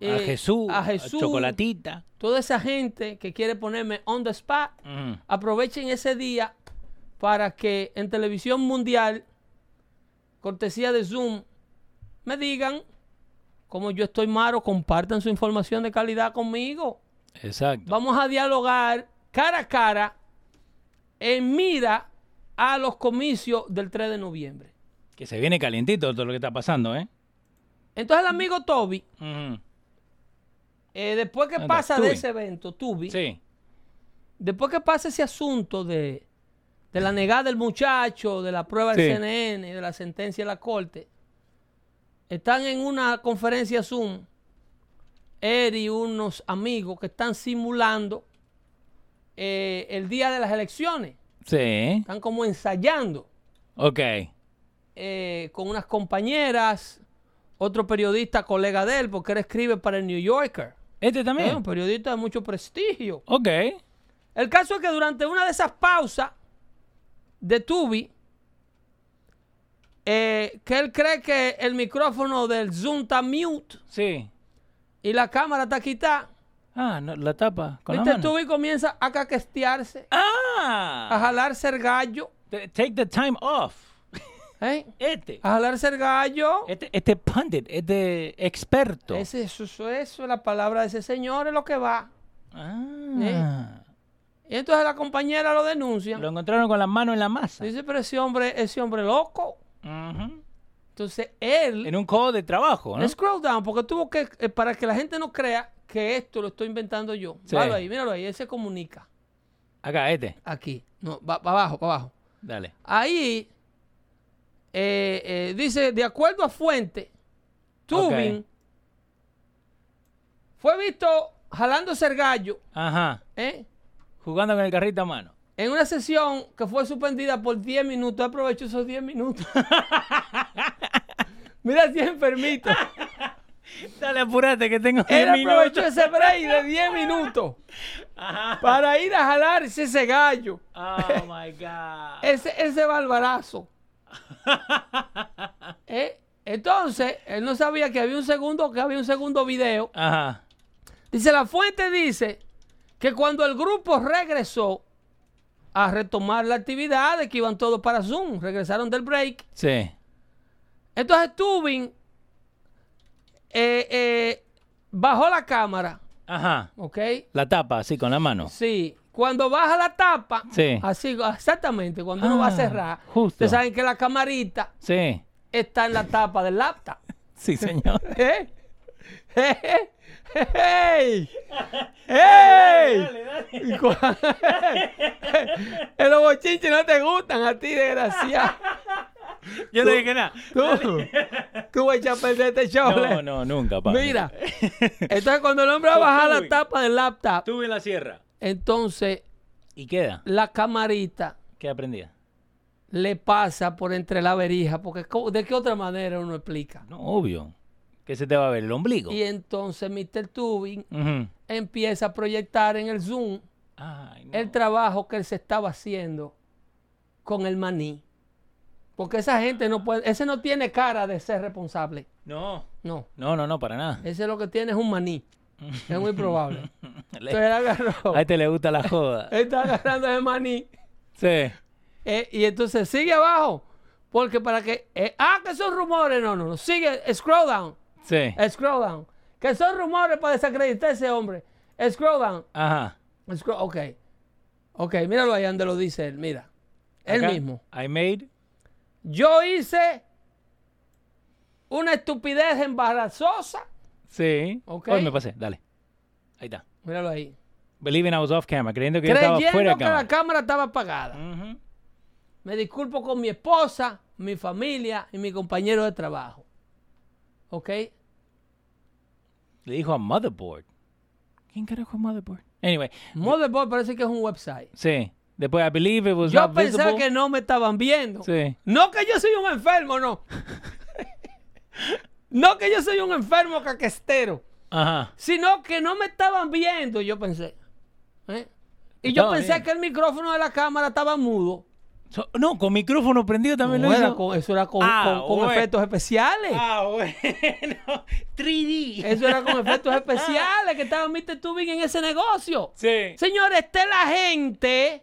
Speaker 1: a
Speaker 2: eh,
Speaker 1: Jesús,
Speaker 2: a Jesús,
Speaker 1: Chocolatita.
Speaker 2: toda esa gente que quiere ponerme on the spot,
Speaker 1: Ujú.
Speaker 2: aprovechen ese día para que en televisión mundial, cortesía de Zoom, me digan cómo yo estoy malo, compartan su información de calidad conmigo.
Speaker 1: Exacto.
Speaker 2: Vamos a dialogar cara a cara en mira a los comicios del 3 de noviembre.
Speaker 1: Que se viene calientito todo lo que está pasando, ¿eh?
Speaker 2: Entonces el amigo Toby,
Speaker 1: Ujú.
Speaker 2: eh, después que
Speaker 1: Anda,
Speaker 2: pasa
Speaker 1: Tubi.
Speaker 2: de ese evento, Tubi,
Speaker 1: Sí.
Speaker 2: Después que pasa ese asunto de, de la negada del muchacho, de la prueba del
Speaker 1: Sí.
Speaker 2: CNN, de la sentencia de la corte, están en una conferencia Zoom, él y unos amigos que están simulando eh, el día de las elecciones.
Speaker 1: Sí.
Speaker 2: Están como ensayando
Speaker 1: Ok.
Speaker 2: eh, con unas compañeras, otro periodista colega de él, porque él escribe para el New Yorker.
Speaker 1: Este
Speaker 2: Es un
Speaker 1: también.
Speaker 2: periodista de mucho prestigio.
Speaker 1: Ok.
Speaker 2: El caso es que durante una de esas pausas de Tubi, eh, que él cree que el micrófono del Zoom está mute
Speaker 1: Sí.
Speaker 2: y la cámara está quitada,
Speaker 1: Ah, no, la tapa con
Speaker 2: ¿viste?
Speaker 1: la mano.
Speaker 2: Tubi comienza a caquestearse, a
Speaker 1: Ah.
Speaker 2: jalarse el gallo,
Speaker 1: T- Take the time off.
Speaker 2: ¿eh?
Speaker 1: Este.
Speaker 2: a jalarse el gallo.
Speaker 1: Este, este pundit, este experto.
Speaker 2: Ese- eso, eso, eso, la palabra de ese señor es lo que va.
Speaker 1: Ah.
Speaker 2: Y entonces la compañera lo denuncia.
Speaker 1: Lo encontraron con la mano en la masa.
Speaker 2: Dice, pero ese hombre, ese hombre loco.
Speaker 1: Ujú.
Speaker 2: Entonces él...
Speaker 1: En un codo de trabajo, ¿no?
Speaker 2: Scroll down, porque tuvo que, eh, para que la gente no crea que esto lo estoy inventando yo.
Speaker 1: Sí.
Speaker 2: Míralo ahí, míralo ahí, él se comunica.
Speaker 1: Acá, este.
Speaker 2: Aquí, no, va, va abajo, va abajo.
Speaker 1: Dale.
Speaker 2: Ahí eh, eh, dice, de acuerdo a fuente, Tubin
Speaker 1: Ok.
Speaker 2: fue visto jalándose el gallo
Speaker 1: Ajá.
Speaker 2: ¿eh?
Speaker 1: Jugando con el carrito a mano.
Speaker 2: en una sesión que fue suspendida por 10 minutos. Aprovecho esos 10 minutos. (laughs) Mira si
Speaker 1: (laughs)
Speaker 2: es enfermito.
Speaker 1: Dale, apurate que tengo
Speaker 2: Él
Speaker 1: 10
Speaker 2: aprovechó
Speaker 1: minutos.
Speaker 2: ese break de 10 minutos para ir a jalarse ese gallo, (laughs)
Speaker 1: Oh my God. (laughs)
Speaker 2: ese, ese barbarazo. Eh, Entonces, él no sabía que había un segundo, que había un segundo video.
Speaker 1: Ajá.
Speaker 2: Dice, la fuente dice que cuando el grupo regresó a retomar la actividad, de que iban todos para Zoom, regresaron del break.
Speaker 1: Sí.
Speaker 2: Entonces Tubin eh, eh, bajó la cámara,
Speaker 1: Ajá.
Speaker 2: ¿ok?
Speaker 1: La tapa, así, con la mano.
Speaker 2: Sí. Cuando baja la tapa,
Speaker 1: Sí.
Speaker 2: así, exactamente, cuando uno
Speaker 1: Ah,
Speaker 2: va a cerrar,
Speaker 1: justo.
Speaker 2: ustedes saben que la camarita
Speaker 1: Sí.
Speaker 2: está en la tapa del
Speaker 1: (laughs)
Speaker 2: laptop. (laughs)
Speaker 1: Sí, (laughs) señor.
Speaker 2: ¿Eh? ¿Eh? ¡Ey! ¡Ey! Eh,
Speaker 1: Oh,
Speaker 2: Los bochinches no te gustan a ti, desgraciado.
Speaker 1: Yo no dije nada.
Speaker 2: Tú, (laughs) tú vas a echar a perder este show.
Speaker 1: No,
Speaker 2: ¿le?
Speaker 1: no, nunca, Pablo.
Speaker 2: Mira, entonces cuando el hombre va a
Speaker 1: Tú,
Speaker 2: bajar la
Speaker 1: Tubi.
Speaker 2: tapa del laptop,
Speaker 1: Estuve en la sierra.
Speaker 2: entonces
Speaker 1: ¿Y queda?
Speaker 2: la camarita
Speaker 1: ¿Qué aprendía?
Speaker 2: le pasa por entre la verija, porque co- ¿de qué otra manera uno explica?
Speaker 1: No, obvio. Que se te va a ver el ombligo.
Speaker 2: Y entonces Mr. Tubin
Speaker 1: Ujú.
Speaker 2: empieza a proyectar en el Zoom
Speaker 1: Ay, no.
Speaker 2: el trabajo que él se estaba haciendo con el maní. Porque esa gente no puede, ese no tiene cara de ser responsable.
Speaker 1: No.
Speaker 2: No,
Speaker 1: No, no, no, para nada.
Speaker 2: ese lo que tiene es un maní. Es muy probable.
Speaker 1: (laughs) Le- (laughs)
Speaker 2: Entonces él agarró,
Speaker 1: A este le gusta la
Speaker 2: (laughs)
Speaker 1: joda.
Speaker 2: él está agarrando ese maní.
Speaker 1: Sí.
Speaker 2: eh, y entonces sigue abajo. Porque para que, eh, ah, que son rumores. No, no, no. Sigue, scroll down.
Speaker 1: Sí.
Speaker 2: Scroll down. Que son rumores para desacreditar a ese hombre. Scroll down.
Speaker 1: Ajá.
Speaker 2: Scroll, ok. Ok, míralo ahí donde lo dice él. Mira. Él
Speaker 1: Acá,
Speaker 2: mismo.
Speaker 1: I made.
Speaker 2: Yo hice una estupidez embarazosa.
Speaker 1: Sí.
Speaker 2: Ok.
Speaker 1: Hoy me pasé. Dale. Ahí está.
Speaker 2: Míralo ahí.
Speaker 1: Believing I was off camera. Creyendo que yo
Speaker 2: Creyendo
Speaker 1: estaba
Speaker 2: que
Speaker 1: fuera de
Speaker 2: la
Speaker 1: cámara.
Speaker 2: cámara estaba apagada.
Speaker 1: Ujú.
Speaker 2: Me disculpo con mi esposa, mi familia y mi compañero de trabajo. ¿Ok?
Speaker 1: Le dijo a Motherboard. ¿Quién carajo es Motherboard? Anyway.
Speaker 2: Motherboard parece que es un website.
Speaker 1: Sí. Después, I believe it was
Speaker 2: Yo
Speaker 1: not
Speaker 2: pensaba
Speaker 1: visible.
Speaker 2: que no me estaban viendo.
Speaker 1: Sí.
Speaker 2: No que yo soy un
Speaker 1: (laughs)
Speaker 2: enfermo, no. no que yo soy un enfermo caquestero.
Speaker 1: Ajá.
Speaker 2: sino que no me estaban viendo, yo pensé. ¿eh? Y yo
Speaker 1: Estaba
Speaker 2: pensé
Speaker 1: bien.
Speaker 2: que el micrófono de la cámara estaba mudo.
Speaker 1: So- no, con micrófono prendido también
Speaker 2: No,
Speaker 1: lo
Speaker 2: era
Speaker 1: hizo.
Speaker 2: con- eso era con,
Speaker 1: Ah,
Speaker 2: con- con
Speaker 1: bueno.
Speaker 2: efectos especiales.
Speaker 1: Ah, bueno. (laughs) 3D.
Speaker 2: Eso era
Speaker 1: (laughs)
Speaker 2: con efectos especiales que estaba Mr. Tubin en ese negocio.
Speaker 1: Sí.
Speaker 2: Señores, esta es la gente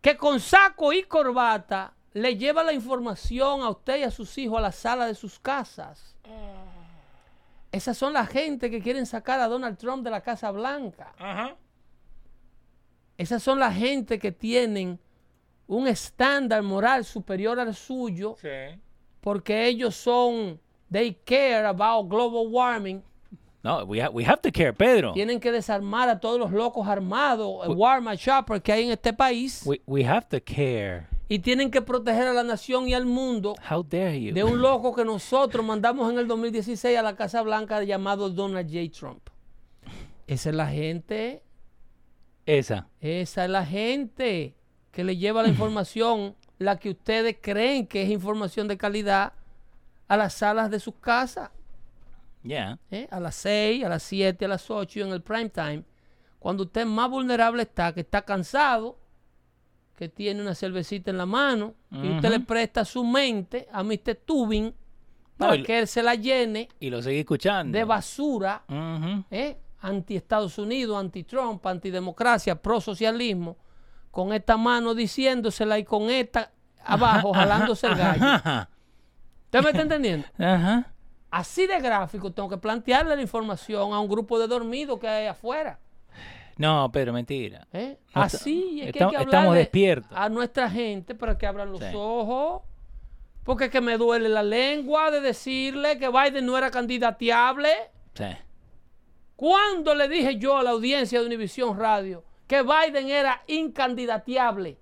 Speaker 2: que con saco y corbata le lleva la información a usted y a sus hijos a la sala de sus casas.
Speaker 1: Eh.
Speaker 2: Esas son la gente que quieren sacar a Donald Trump de la Casa Blanca.
Speaker 1: Ajá.
Speaker 2: Esas son la gente que tienen un estándar moral superior al suyo
Speaker 1: Sí.
Speaker 2: porque ellos son, they care about global warming.
Speaker 1: No, we, ha- we have to care, Pedro.
Speaker 2: Tienen que desarmar a todos los locos armados, eh, el warm shopper que hay en este país.
Speaker 1: We, we have to care.
Speaker 2: Y tienen que proteger a la nación y al mundo
Speaker 1: How dare you?
Speaker 2: de un loco que nosotros mandamos en el 2016 a la Casa Blanca llamado Donald J. Trump. Esa es la gente
Speaker 1: Esa.
Speaker 2: Esa es la gente que le lleva la información, la que ustedes creen que es información de calidad, a las salas de sus casas,
Speaker 1: Yeah.
Speaker 2: ¿eh? a las 6, a las 7, a las 8 y en el prime time, cuando usted más vulnerable está, que está cansado, que tiene una cervecita en la mano, y usted le presta su mente a Mr. Tubin para
Speaker 1: y-
Speaker 2: que él se la llene
Speaker 1: Y lo seguí escuchando.
Speaker 2: de basura
Speaker 1: Ujú.
Speaker 2: ¿eh? anti Estados Unidos, anti Trump, anti democracia, pro socialismo, con esta mano diciéndosela y con esta abajo jalándose el gallo.
Speaker 1: (laughs) Ajá.
Speaker 2: ¿Usted me está entendiendo?
Speaker 1: Ajá.
Speaker 2: Así de gráfico tengo que plantearle la información a un grupo de dormidos que hay afuera.
Speaker 1: No, Pedro, mentira.
Speaker 2: ¿eh?
Speaker 1: No,
Speaker 2: Así es que hay
Speaker 1: estamos-
Speaker 2: que
Speaker 1: estamos
Speaker 2: hablarle
Speaker 1: despiertos.
Speaker 2: a nuestra gente para que abran los
Speaker 1: Sí.
Speaker 2: ojos. Porque es que me duele la lengua de decirle que Biden no era candidateable.
Speaker 1: Sí.
Speaker 2: ¿Cuándo le dije yo a la audiencia de Univisión Radio que Biden era incandidateable?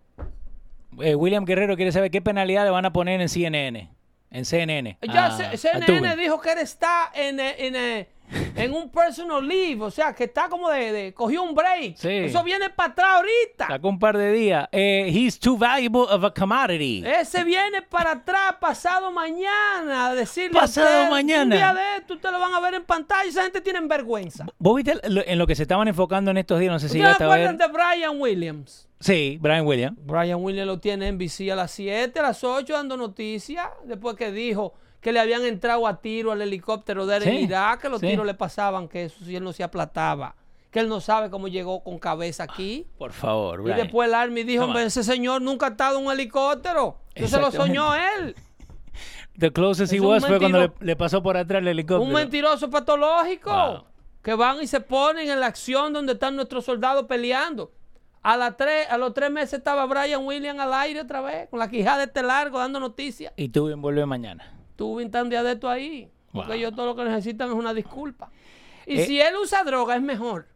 Speaker 1: Eh, William Guerrero quiere saber qué penalidad le van a poner en CNN. En CNN.
Speaker 2: Ya
Speaker 1: Ah,
Speaker 2: C-
Speaker 1: a
Speaker 2: CNN
Speaker 1: Tubin.
Speaker 2: dijo que él está en, eh, en, eh, en un personal leave, o sea, que está como de, de- cogió un break.
Speaker 1: Sí.
Speaker 2: Eso viene para atrás ahorita.
Speaker 1: Sacó un par de días. Eh, he's too valuable of a commodity.
Speaker 2: Ese Eh, viene para atrás pasado mañana a decirle a
Speaker 1: Pasado
Speaker 2: usted, Un
Speaker 1: mañana.
Speaker 2: día de esto, ustedes lo van a ver en pantalla. Esa gente tiene vergüenza.
Speaker 1: ¿Vos viste lo- en lo que se estaban enfocando en estos días? No sé si
Speaker 2: ¿Ustedes
Speaker 1: llegaste a
Speaker 2: acuerdan
Speaker 1: ver.
Speaker 2: de Brian Williams?
Speaker 1: Sí, Brian Williams.
Speaker 2: Brian Williams lo tiene en NBC a las 7, a las 8 dando noticias, después que dijo que le habían entrado a tiro al helicóptero de él en
Speaker 1: Sí,
Speaker 2: Irak, que los
Speaker 1: sí.
Speaker 2: tiros le pasaban, que eso si él no se aplataba, que él no sabe cómo llegó con cabeza aquí.
Speaker 1: Por favor,
Speaker 2: Y
Speaker 1: Ah, Brian.
Speaker 2: después el Army dijo,
Speaker 1: Come on.
Speaker 2: ese señor nunca ha estado en un helicóptero. Eso se lo soñó él.
Speaker 1: The closest he
Speaker 2: Es un
Speaker 1: was fue cuando le,
Speaker 2: mentiro-
Speaker 1: le pasó por atrás el helicóptero.
Speaker 2: Un mentiroso patológico.
Speaker 1: Wow.
Speaker 2: Que van y se ponen en la acción donde están nuestros soldados peleando. A, las tres, a los tres meses estaba Brian Williams al aire otra vez, con la quijada de este largo, dando noticias.
Speaker 1: Y tú vuelve mañana.
Speaker 2: Tuve un tan de adepto ahí.
Speaker 1: Wow.
Speaker 2: Porque ellos todo lo que necesitan es una disculpa. Y
Speaker 1: Eh.
Speaker 2: si él usa droga, es mejor.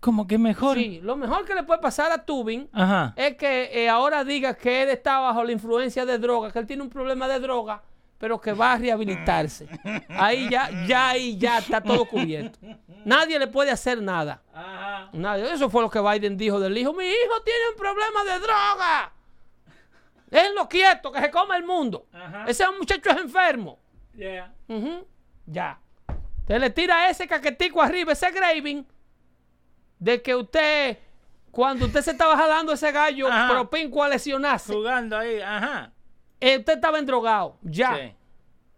Speaker 1: ¿Cómo que mejor?
Speaker 2: Sí, lo mejor que le puede pasar a Tubin
Speaker 1: Ajá.
Speaker 2: es que eh, ahora diga que él está bajo la influencia de droga, que él tiene un problema de droga, pero que va a rehabilitarse. Ahí ya, ya, ahí ya está todo cubierto. Nadie le puede hacer nada. Nadie. Eso fue lo que Biden dijo del hijo. Mi hijo tiene un problema de droga. Déjenlo quieto, que se coma el mundo. Ese muchacho es enfermo. Ujú, Ya. Usted le tira ese caquetico arriba, ese graving, de que usted, cuando usted se estaba jalando ese gallo,
Speaker 1: Ajá.
Speaker 2: propinco a lesionarse,
Speaker 1: Jugando ahí, ajá.
Speaker 2: eh, usted estaba endrogado. Ya.
Speaker 1: Sí.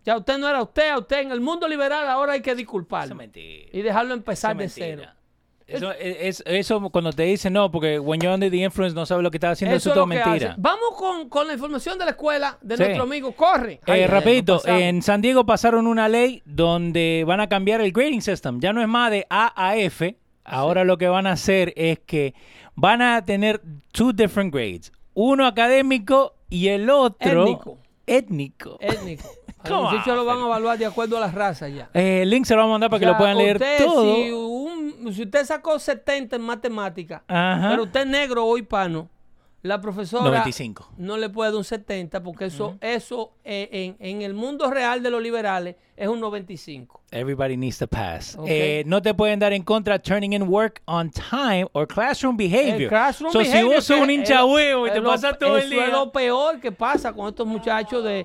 Speaker 2: Ya usted no era usted, a usted en el mundo liberal ahora hay que
Speaker 1: Eso
Speaker 2: disculparlo.
Speaker 1: es mentira.
Speaker 2: Y dejarlo
Speaker 1: Eso
Speaker 2: empezar
Speaker 1: es
Speaker 2: de
Speaker 1: mentira.
Speaker 2: cero.
Speaker 1: Eso, es, eso cuando te dicen no, porque when you're under the influence no sabes lo que estás haciendo, eso,
Speaker 2: es
Speaker 1: es todo
Speaker 2: lo que
Speaker 1: mentira.
Speaker 2: hace. Vamos con, con la información de la escuela de
Speaker 1: Sí.
Speaker 2: nuestro amigo. Corre.
Speaker 1: Eh,
Speaker 2: Ay, ay, ay,
Speaker 1: rapidito,
Speaker 2: nos pasamos.
Speaker 1: en San Diego pasaron una ley donde van a cambiar el grading system. Ya no es más de A a F. Ahora lo que van a hacer es que van a tener two different grades. Uno académico y el otro
Speaker 2: Étnico.
Speaker 1: étnico.
Speaker 2: Étnico.
Speaker 1: (laughs)
Speaker 2: A
Speaker 1: Come on,
Speaker 2: los muchachos lo van a evaluar de acuerdo a las razas ya.
Speaker 1: Eh, el link se lo vamos a mandar para que
Speaker 2: sea,
Speaker 1: lo puedan leer
Speaker 2: usted,
Speaker 1: todo.
Speaker 2: Si, un- si usted sacó 70 en matemática,
Speaker 1: Ajá.
Speaker 2: pero usted es negro o hispano, la profesora
Speaker 1: 95.
Speaker 2: no le puede dar un 70 porque eso, eso eh, en, en el mundo real de los liberales es un 95.
Speaker 1: Everybody needs to pass.
Speaker 2: Ok.
Speaker 1: Eh, no te pueden dar en contra turning in work on time or classroom behavior.
Speaker 2: El classroom
Speaker 1: so, si
Speaker 2: behavior,
Speaker 1: vos sos
Speaker 2: que
Speaker 1: un
Speaker 2: es-
Speaker 1: hincha
Speaker 2: es-
Speaker 1: huevo y
Speaker 2: es
Speaker 1: te
Speaker 2: lo-
Speaker 1: pasas todo el
Speaker 2: eso es
Speaker 1: día.
Speaker 2: lo peor que pasa con estos muchachos de,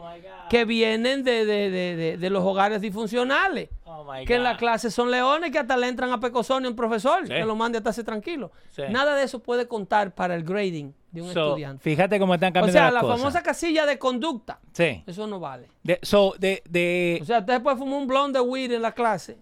Speaker 2: que vienen de, de- de- de- de los hogares disfuncionales.
Speaker 1: Oh, my
Speaker 2: que en la
Speaker 1: God.
Speaker 2: clase son leones que hasta le entran a pecosonio un profesor
Speaker 1: Sí.
Speaker 2: que lo mande a estarse tranquilo.
Speaker 1: Sí.
Speaker 2: Nada de eso puede contar para el grading de un
Speaker 1: So,
Speaker 2: estudiante.
Speaker 1: Fíjate cómo están
Speaker 2: O
Speaker 1: cambiando
Speaker 2: sea,
Speaker 1: las
Speaker 2: la
Speaker 1: cosas.
Speaker 2: famosa casilla de conducta,
Speaker 1: Sí.
Speaker 2: eso no vale.
Speaker 1: De- so, de, de,
Speaker 2: O sea, usted puede fumar un blonde de weed en la
Speaker 1: (sighs)
Speaker 2: clase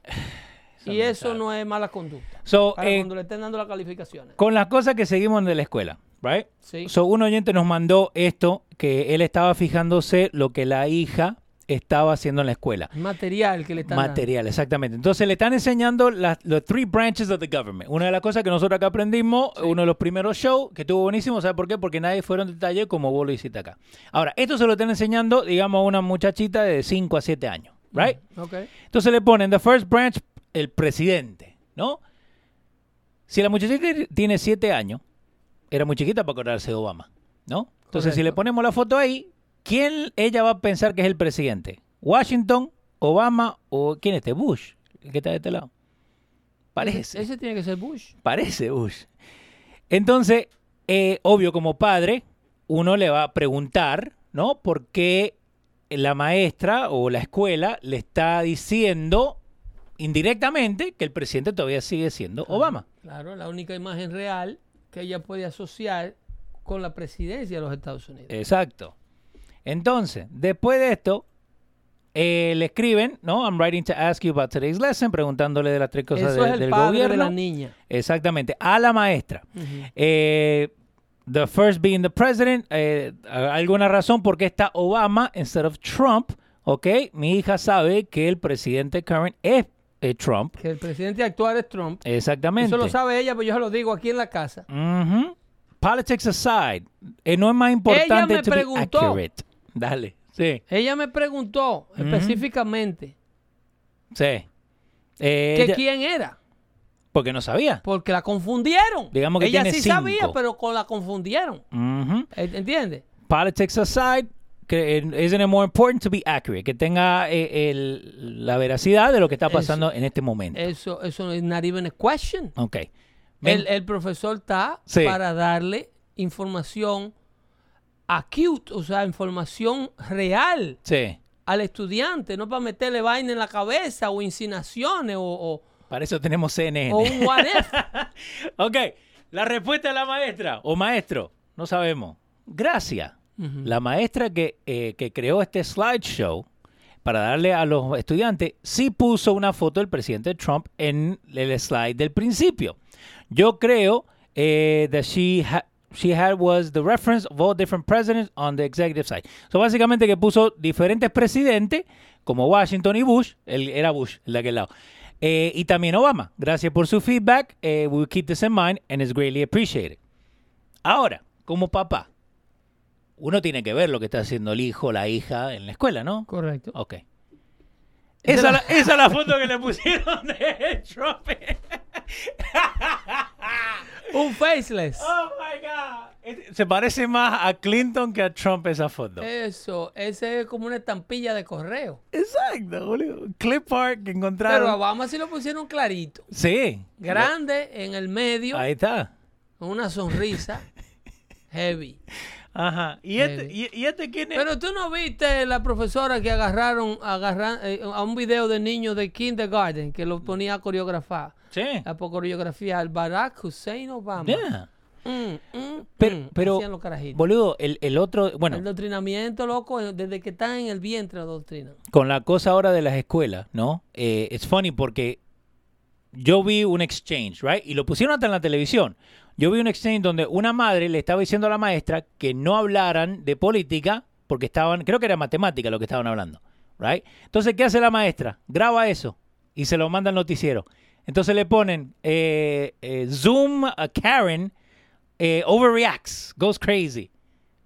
Speaker 2: y eso no es mala conducta.
Speaker 1: so,
Speaker 2: Para
Speaker 1: eh,
Speaker 2: cuando le estén dando las calificaciones.
Speaker 1: con las cosas que seguimos de la escuela, right?
Speaker 2: Sí.
Speaker 1: So, un oyente nos mandó esto, que él estaba fijándose lo que la hija estaba haciendo en la escuela.
Speaker 2: Material que le están dando.
Speaker 1: Material, exactamente. Entonces le están enseñando las los three branches of the government. Una de las cosas que nosotros acá aprendimos, uno de los primeros shows que estuvo buenísimo, ¿sabes por qué? Porque nadie fueron en detalle como vos lo hiciste acá. Ahora, esto se lo están enseñando, digamos, a una muchachita de 5 a 7 años, ¿right?
Speaker 2: Ok.
Speaker 1: Entonces le ponen the first branch, el presidente, ¿no? Si la muchachita tiene 7 años, era muy chiquita para acordarse de Obama, ¿no? Entonces, si le
Speaker 2: Correcto.
Speaker 1: ponemos la foto ahí, ¿quién ella va a pensar que es el presidente? ¿Washington, Obama o quién este? Bush, el que está de este lado. Parece,
Speaker 2: Ese tiene que ser Bush.
Speaker 1: parece Bush. Entonces, eh, obvio, como padre, uno le va a preguntar, ¿no? ¿Por qué la maestra o la escuela le está diciendo indirectamente que el presidente todavía sigue siendo
Speaker 2: Ah,
Speaker 1: Obama?
Speaker 2: Claro, la única imagen real que ella puede asociar con la presidencia de los Estados Unidos.
Speaker 1: Exacto. Entonces, después de esto, eh, le escriben, ¿no? I'm writing to ask you about today's lesson, preguntándole de las tres cosas
Speaker 2: Eso
Speaker 1: de-
Speaker 2: es el
Speaker 1: del
Speaker 2: padre
Speaker 1: gobierno.
Speaker 2: de la niña.
Speaker 1: Exactamente, a la maestra. Eh, the first being the president, eh, a- alguna razón por qué está Obama instead of Trump, ¿ok? Mi hija sabe que el presidente current es eh, Trump.
Speaker 2: Que el presidente actual es Trump.
Speaker 1: Exactamente.
Speaker 2: Eso lo sabe ella, pero yo se lo digo aquí en la casa.
Speaker 1: Ujú. Politics aside, eh, no es más importante
Speaker 2: me
Speaker 1: to be
Speaker 2: preguntó.
Speaker 1: accurate. Dale, sí,
Speaker 2: Ella me preguntó específicamente
Speaker 1: sí. Eh,
Speaker 2: que
Speaker 1: ella-
Speaker 2: quién era,
Speaker 1: porque no sabía.
Speaker 2: porque la confundieron.
Speaker 1: Digamos que
Speaker 2: ella
Speaker 1: tiene
Speaker 2: sí sabía,
Speaker 1: cinco.
Speaker 2: pero con la confundieron. E,
Speaker 1: Ujú.
Speaker 2: ¿Ent- ¿Entiendes?
Speaker 1: politics aside, que, eh, isn't it more important to be accurate? Que tenga eh, el- la veracidad de lo que está pasando en este momento.
Speaker 2: Eso, eso es not even a question.
Speaker 1: ok. Me-
Speaker 2: El, el profesor está
Speaker 1: Sí.
Speaker 2: para darle información acute, o sea, información real
Speaker 1: sí.
Speaker 2: al estudiante, no para meterle vaina en la cabeza o insinuaciones o, o-
Speaker 1: Para eso tenemos CNN.
Speaker 2: o un what if.
Speaker 1: (laughs) ok. La respuesta de la maestra o maestro, no sabemos. Gracias. La maestra que, eh, que creó este slideshow para darle a los estudiantes, sí puso una foto del presidente Trump en el slide del principio. Yo creo eh, that she ha- she had was the reference of all different presidents on the executive side. So básicamente que puso diferentes presidentes como Washington y Bush, él era Bush el de aquel lado. Eh, y también Obama. Gracias por su feedback. Eh, we'll keep this in mind and it's greatly appreciated. Ahora, como papá, uno tiene que ver lo que está haciendo el hijo, la hija en la escuela, ¿no?
Speaker 2: Correcto.
Speaker 1: Ok. Esa es la, esa la foto (laughs) que le pusieron de Trump.
Speaker 2: Un faceless.
Speaker 1: Oh my God. Este- Se parece más a Clinton que a Trump esa foto.
Speaker 2: Ah. Eh. Eso, ese es como una estampilla de correo.
Speaker 1: Exacto, boludo. Clip art que encontraron.
Speaker 2: Pero a Obama sí lo pusieron clarito.
Speaker 1: sí.
Speaker 2: Grande en el medio,
Speaker 1: Ahí está.
Speaker 2: con
Speaker 1: (laughs)
Speaker 2: una sonrisa heavy.
Speaker 1: Ajá. ¿Y este, y, y este quién es?
Speaker 2: Pero tú no viste la profesora que agarraron, agarra- eh, a un video de niños de kindergarten que lo ponía
Speaker 1: (laughs)
Speaker 2: a coreografar.
Speaker 1: sí.
Speaker 2: La coreografía al Barack Hussein Obama.
Speaker 1: Yeah.
Speaker 2: Mm, mm,
Speaker 1: Pero,
Speaker 2: mm,
Speaker 1: pero
Speaker 2: hacían los carajitos.
Speaker 1: boludo, el, el otro, bueno,
Speaker 2: El doctrinamiento, loco, eh, desde que están en el vientre la doctrina.
Speaker 1: con la cosa ahora de las escuelas, ¿no? Eh, it's funny porque yo vi un exchange, right? Y lo pusieron hasta en la televisión. Yo vi un exchange donde una madre le estaba diciendo a la maestra que no hablaran de política porque estaban, creo que era matemática lo que estaban hablando, right? Entonces, ¿qué hace la maestra? Graba eso y se lo manda al noticiero. Entonces le ponen eh, eh, Zoom a Karen eh, overreacts, goes crazy.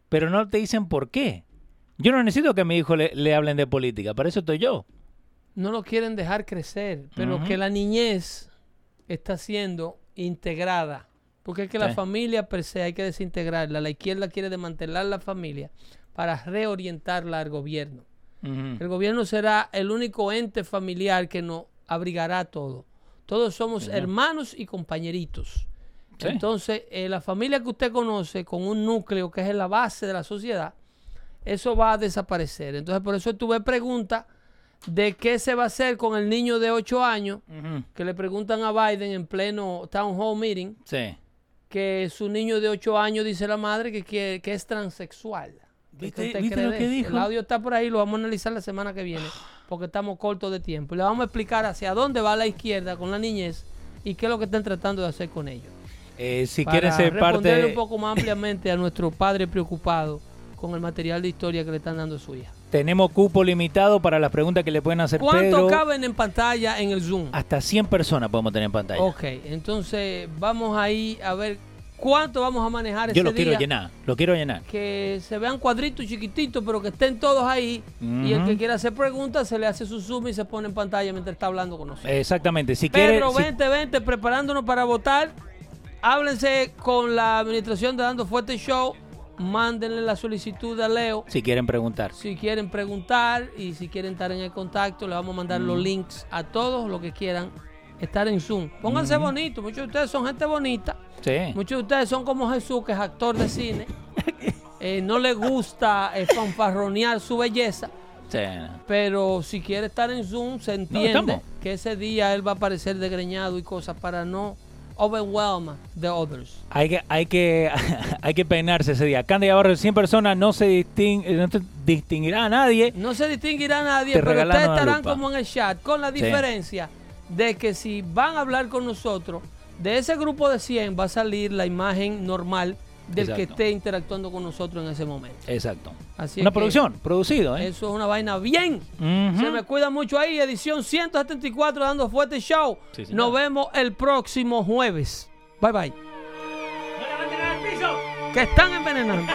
Speaker 1: Pero no te dicen por qué. Yo no necesito que a mi hijo le, le hablen de política, para eso estoy yo.
Speaker 2: No lo quieren dejar crecer, pero
Speaker 1: Ujú.
Speaker 2: que la niñez está siendo integrada. Porque es que la
Speaker 1: Sí.
Speaker 2: familia per se hay que desintegrarla. La izquierda quiere desmantelar la familia para reorientarla al gobierno. El gobierno será el único ente familiar que nos abrigará todo. Todos somos hermanos y compañeritos.
Speaker 1: Sí.
Speaker 2: Entonces, eh, la familia que usted conoce con un núcleo que es la base de la sociedad, eso va a desaparecer. Entonces, por eso tuve pregunta de qué se va a hacer con el niño de 8 años
Speaker 1: Ujú.
Speaker 2: que le preguntan a Biden en pleno town hall meeting
Speaker 1: Sí.
Speaker 2: que su niño de 8 años dice la madre que, quiere- que es transexual. ¿Qué
Speaker 1: ¿Viste-
Speaker 2: usted
Speaker 1: viste
Speaker 2: cree
Speaker 1: lo
Speaker 2: de
Speaker 1: que
Speaker 2: eso? El
Speaker 1: dijo?
Speaker 2: audio está por ahí, lo vamos a analizar la semana
Speaker 1: (sighs)
Speaker 2: que viene, porque estamos cortos de tiempo. Y le vamos a explicar hacia dónde va la izquierda con la niñez y qué es lo que están tratando de hacer con ellos.
Speaker 1: Eh, si
Speaker 2: Para
Speaker 1: quieren ser parte
Speaker 2: responderle
Speaker 1: de...
Speaker 2: un poco más ampliamente a nuestro padre preocupado con el material de historia que le están dando a su hija.
Speaker 1: Tenemos cupo limitado para las preguntas que le pueden hacer,
Speaker 2: ¿Cuánto
Speaker 1: pero
Speaker 2: caben en pantalla en el Zoom?
Speaker 1: hasta 100 personas podemos tener en pantalla.
Speaker 2: Ok, entonces vamos ahí a ver cuánto vamos a manejar
Speaker 1: Yo
Speaker 2: ese
Speaker 1: lo quiero
Speaker 2: día.
Speaker 1: llenar, lo quiero llenar.
Speaker 2: que se vean cuadritos chiquititos, pero que estén todos ahí. Y el que
Speaker 1: Ujú.
Speaker 2: quiera hacer preguntas, se le hace su zoom y se pone en pantalla mientras está hablando con nosotros.
Speaker 1: Exactamente, si quieren...
Speaker 2: Pedro 2020, preparándonos para votar. Háblense con la administración de Dando Fuerte Show. Mándenle la solicitud a Leo.
Speaker 1: Si, quieren preguntar.
Speaker 2: Si quieren preguntar y si quieren estar en el contacto, le vamos a mandar los links a todos los que quieran estar en Zoom. Pónganse bonitos. Muchos de ustedes son gente bonita.
Speaker 1: Sí.
Speaker 2: Muchos de ustedes son como Jesús, que es actor de cine. Eh, no le gusta eh, fanfarronear su belleza,
Speaker 1: Sí.
Speaker 2: pero si quiere estar en Zoom, se entiende
Speaker 1: estamos.
Speaker 2: que ese día él va a aparecer desgreñado y cosas para no overwhelm the others.
Speaker 1: Hay que, hay que, (laughs) hay que peinarse ese día. Cándida Barrio, 100 personas, no se distin- no te distinguirá a nadie.
Speaker 2: No se distinguirá nadie,
Speaker 1: Te
Speaker 2: pero
Speaker 1: regalan
Speaker 2: ustedes
Speaker 1: una
Speaker 2: estarán
Speaker 1: lupa.
Speaker 2: como en el chat, con la
Speaker 1: Sí.
Speaker 2: diferencia de que si van a hablar con nosotros, de ese grupo de 100 va a salir la imagen normal del que
Speaker 1: Exacto.
Speaker 2: esté interactuando con nosotros en ese momento.
Speaker 1: Exacto.
Speaker 2: Así
Speaker 1: Una
Speaker 2: que-
Speaker 1: producción, producido, ¿eh?
Speaker 2: Eso es una vaina bien.
Speaker 1: Ujú.
Speaker 2: Se me cuida mucho ahí. Edición 174 dando fuerte show.
Speaker 1: Sí, señor.
Speaker 2: Nos vemos el próximo jueves. Bye bye. Que están envenenando.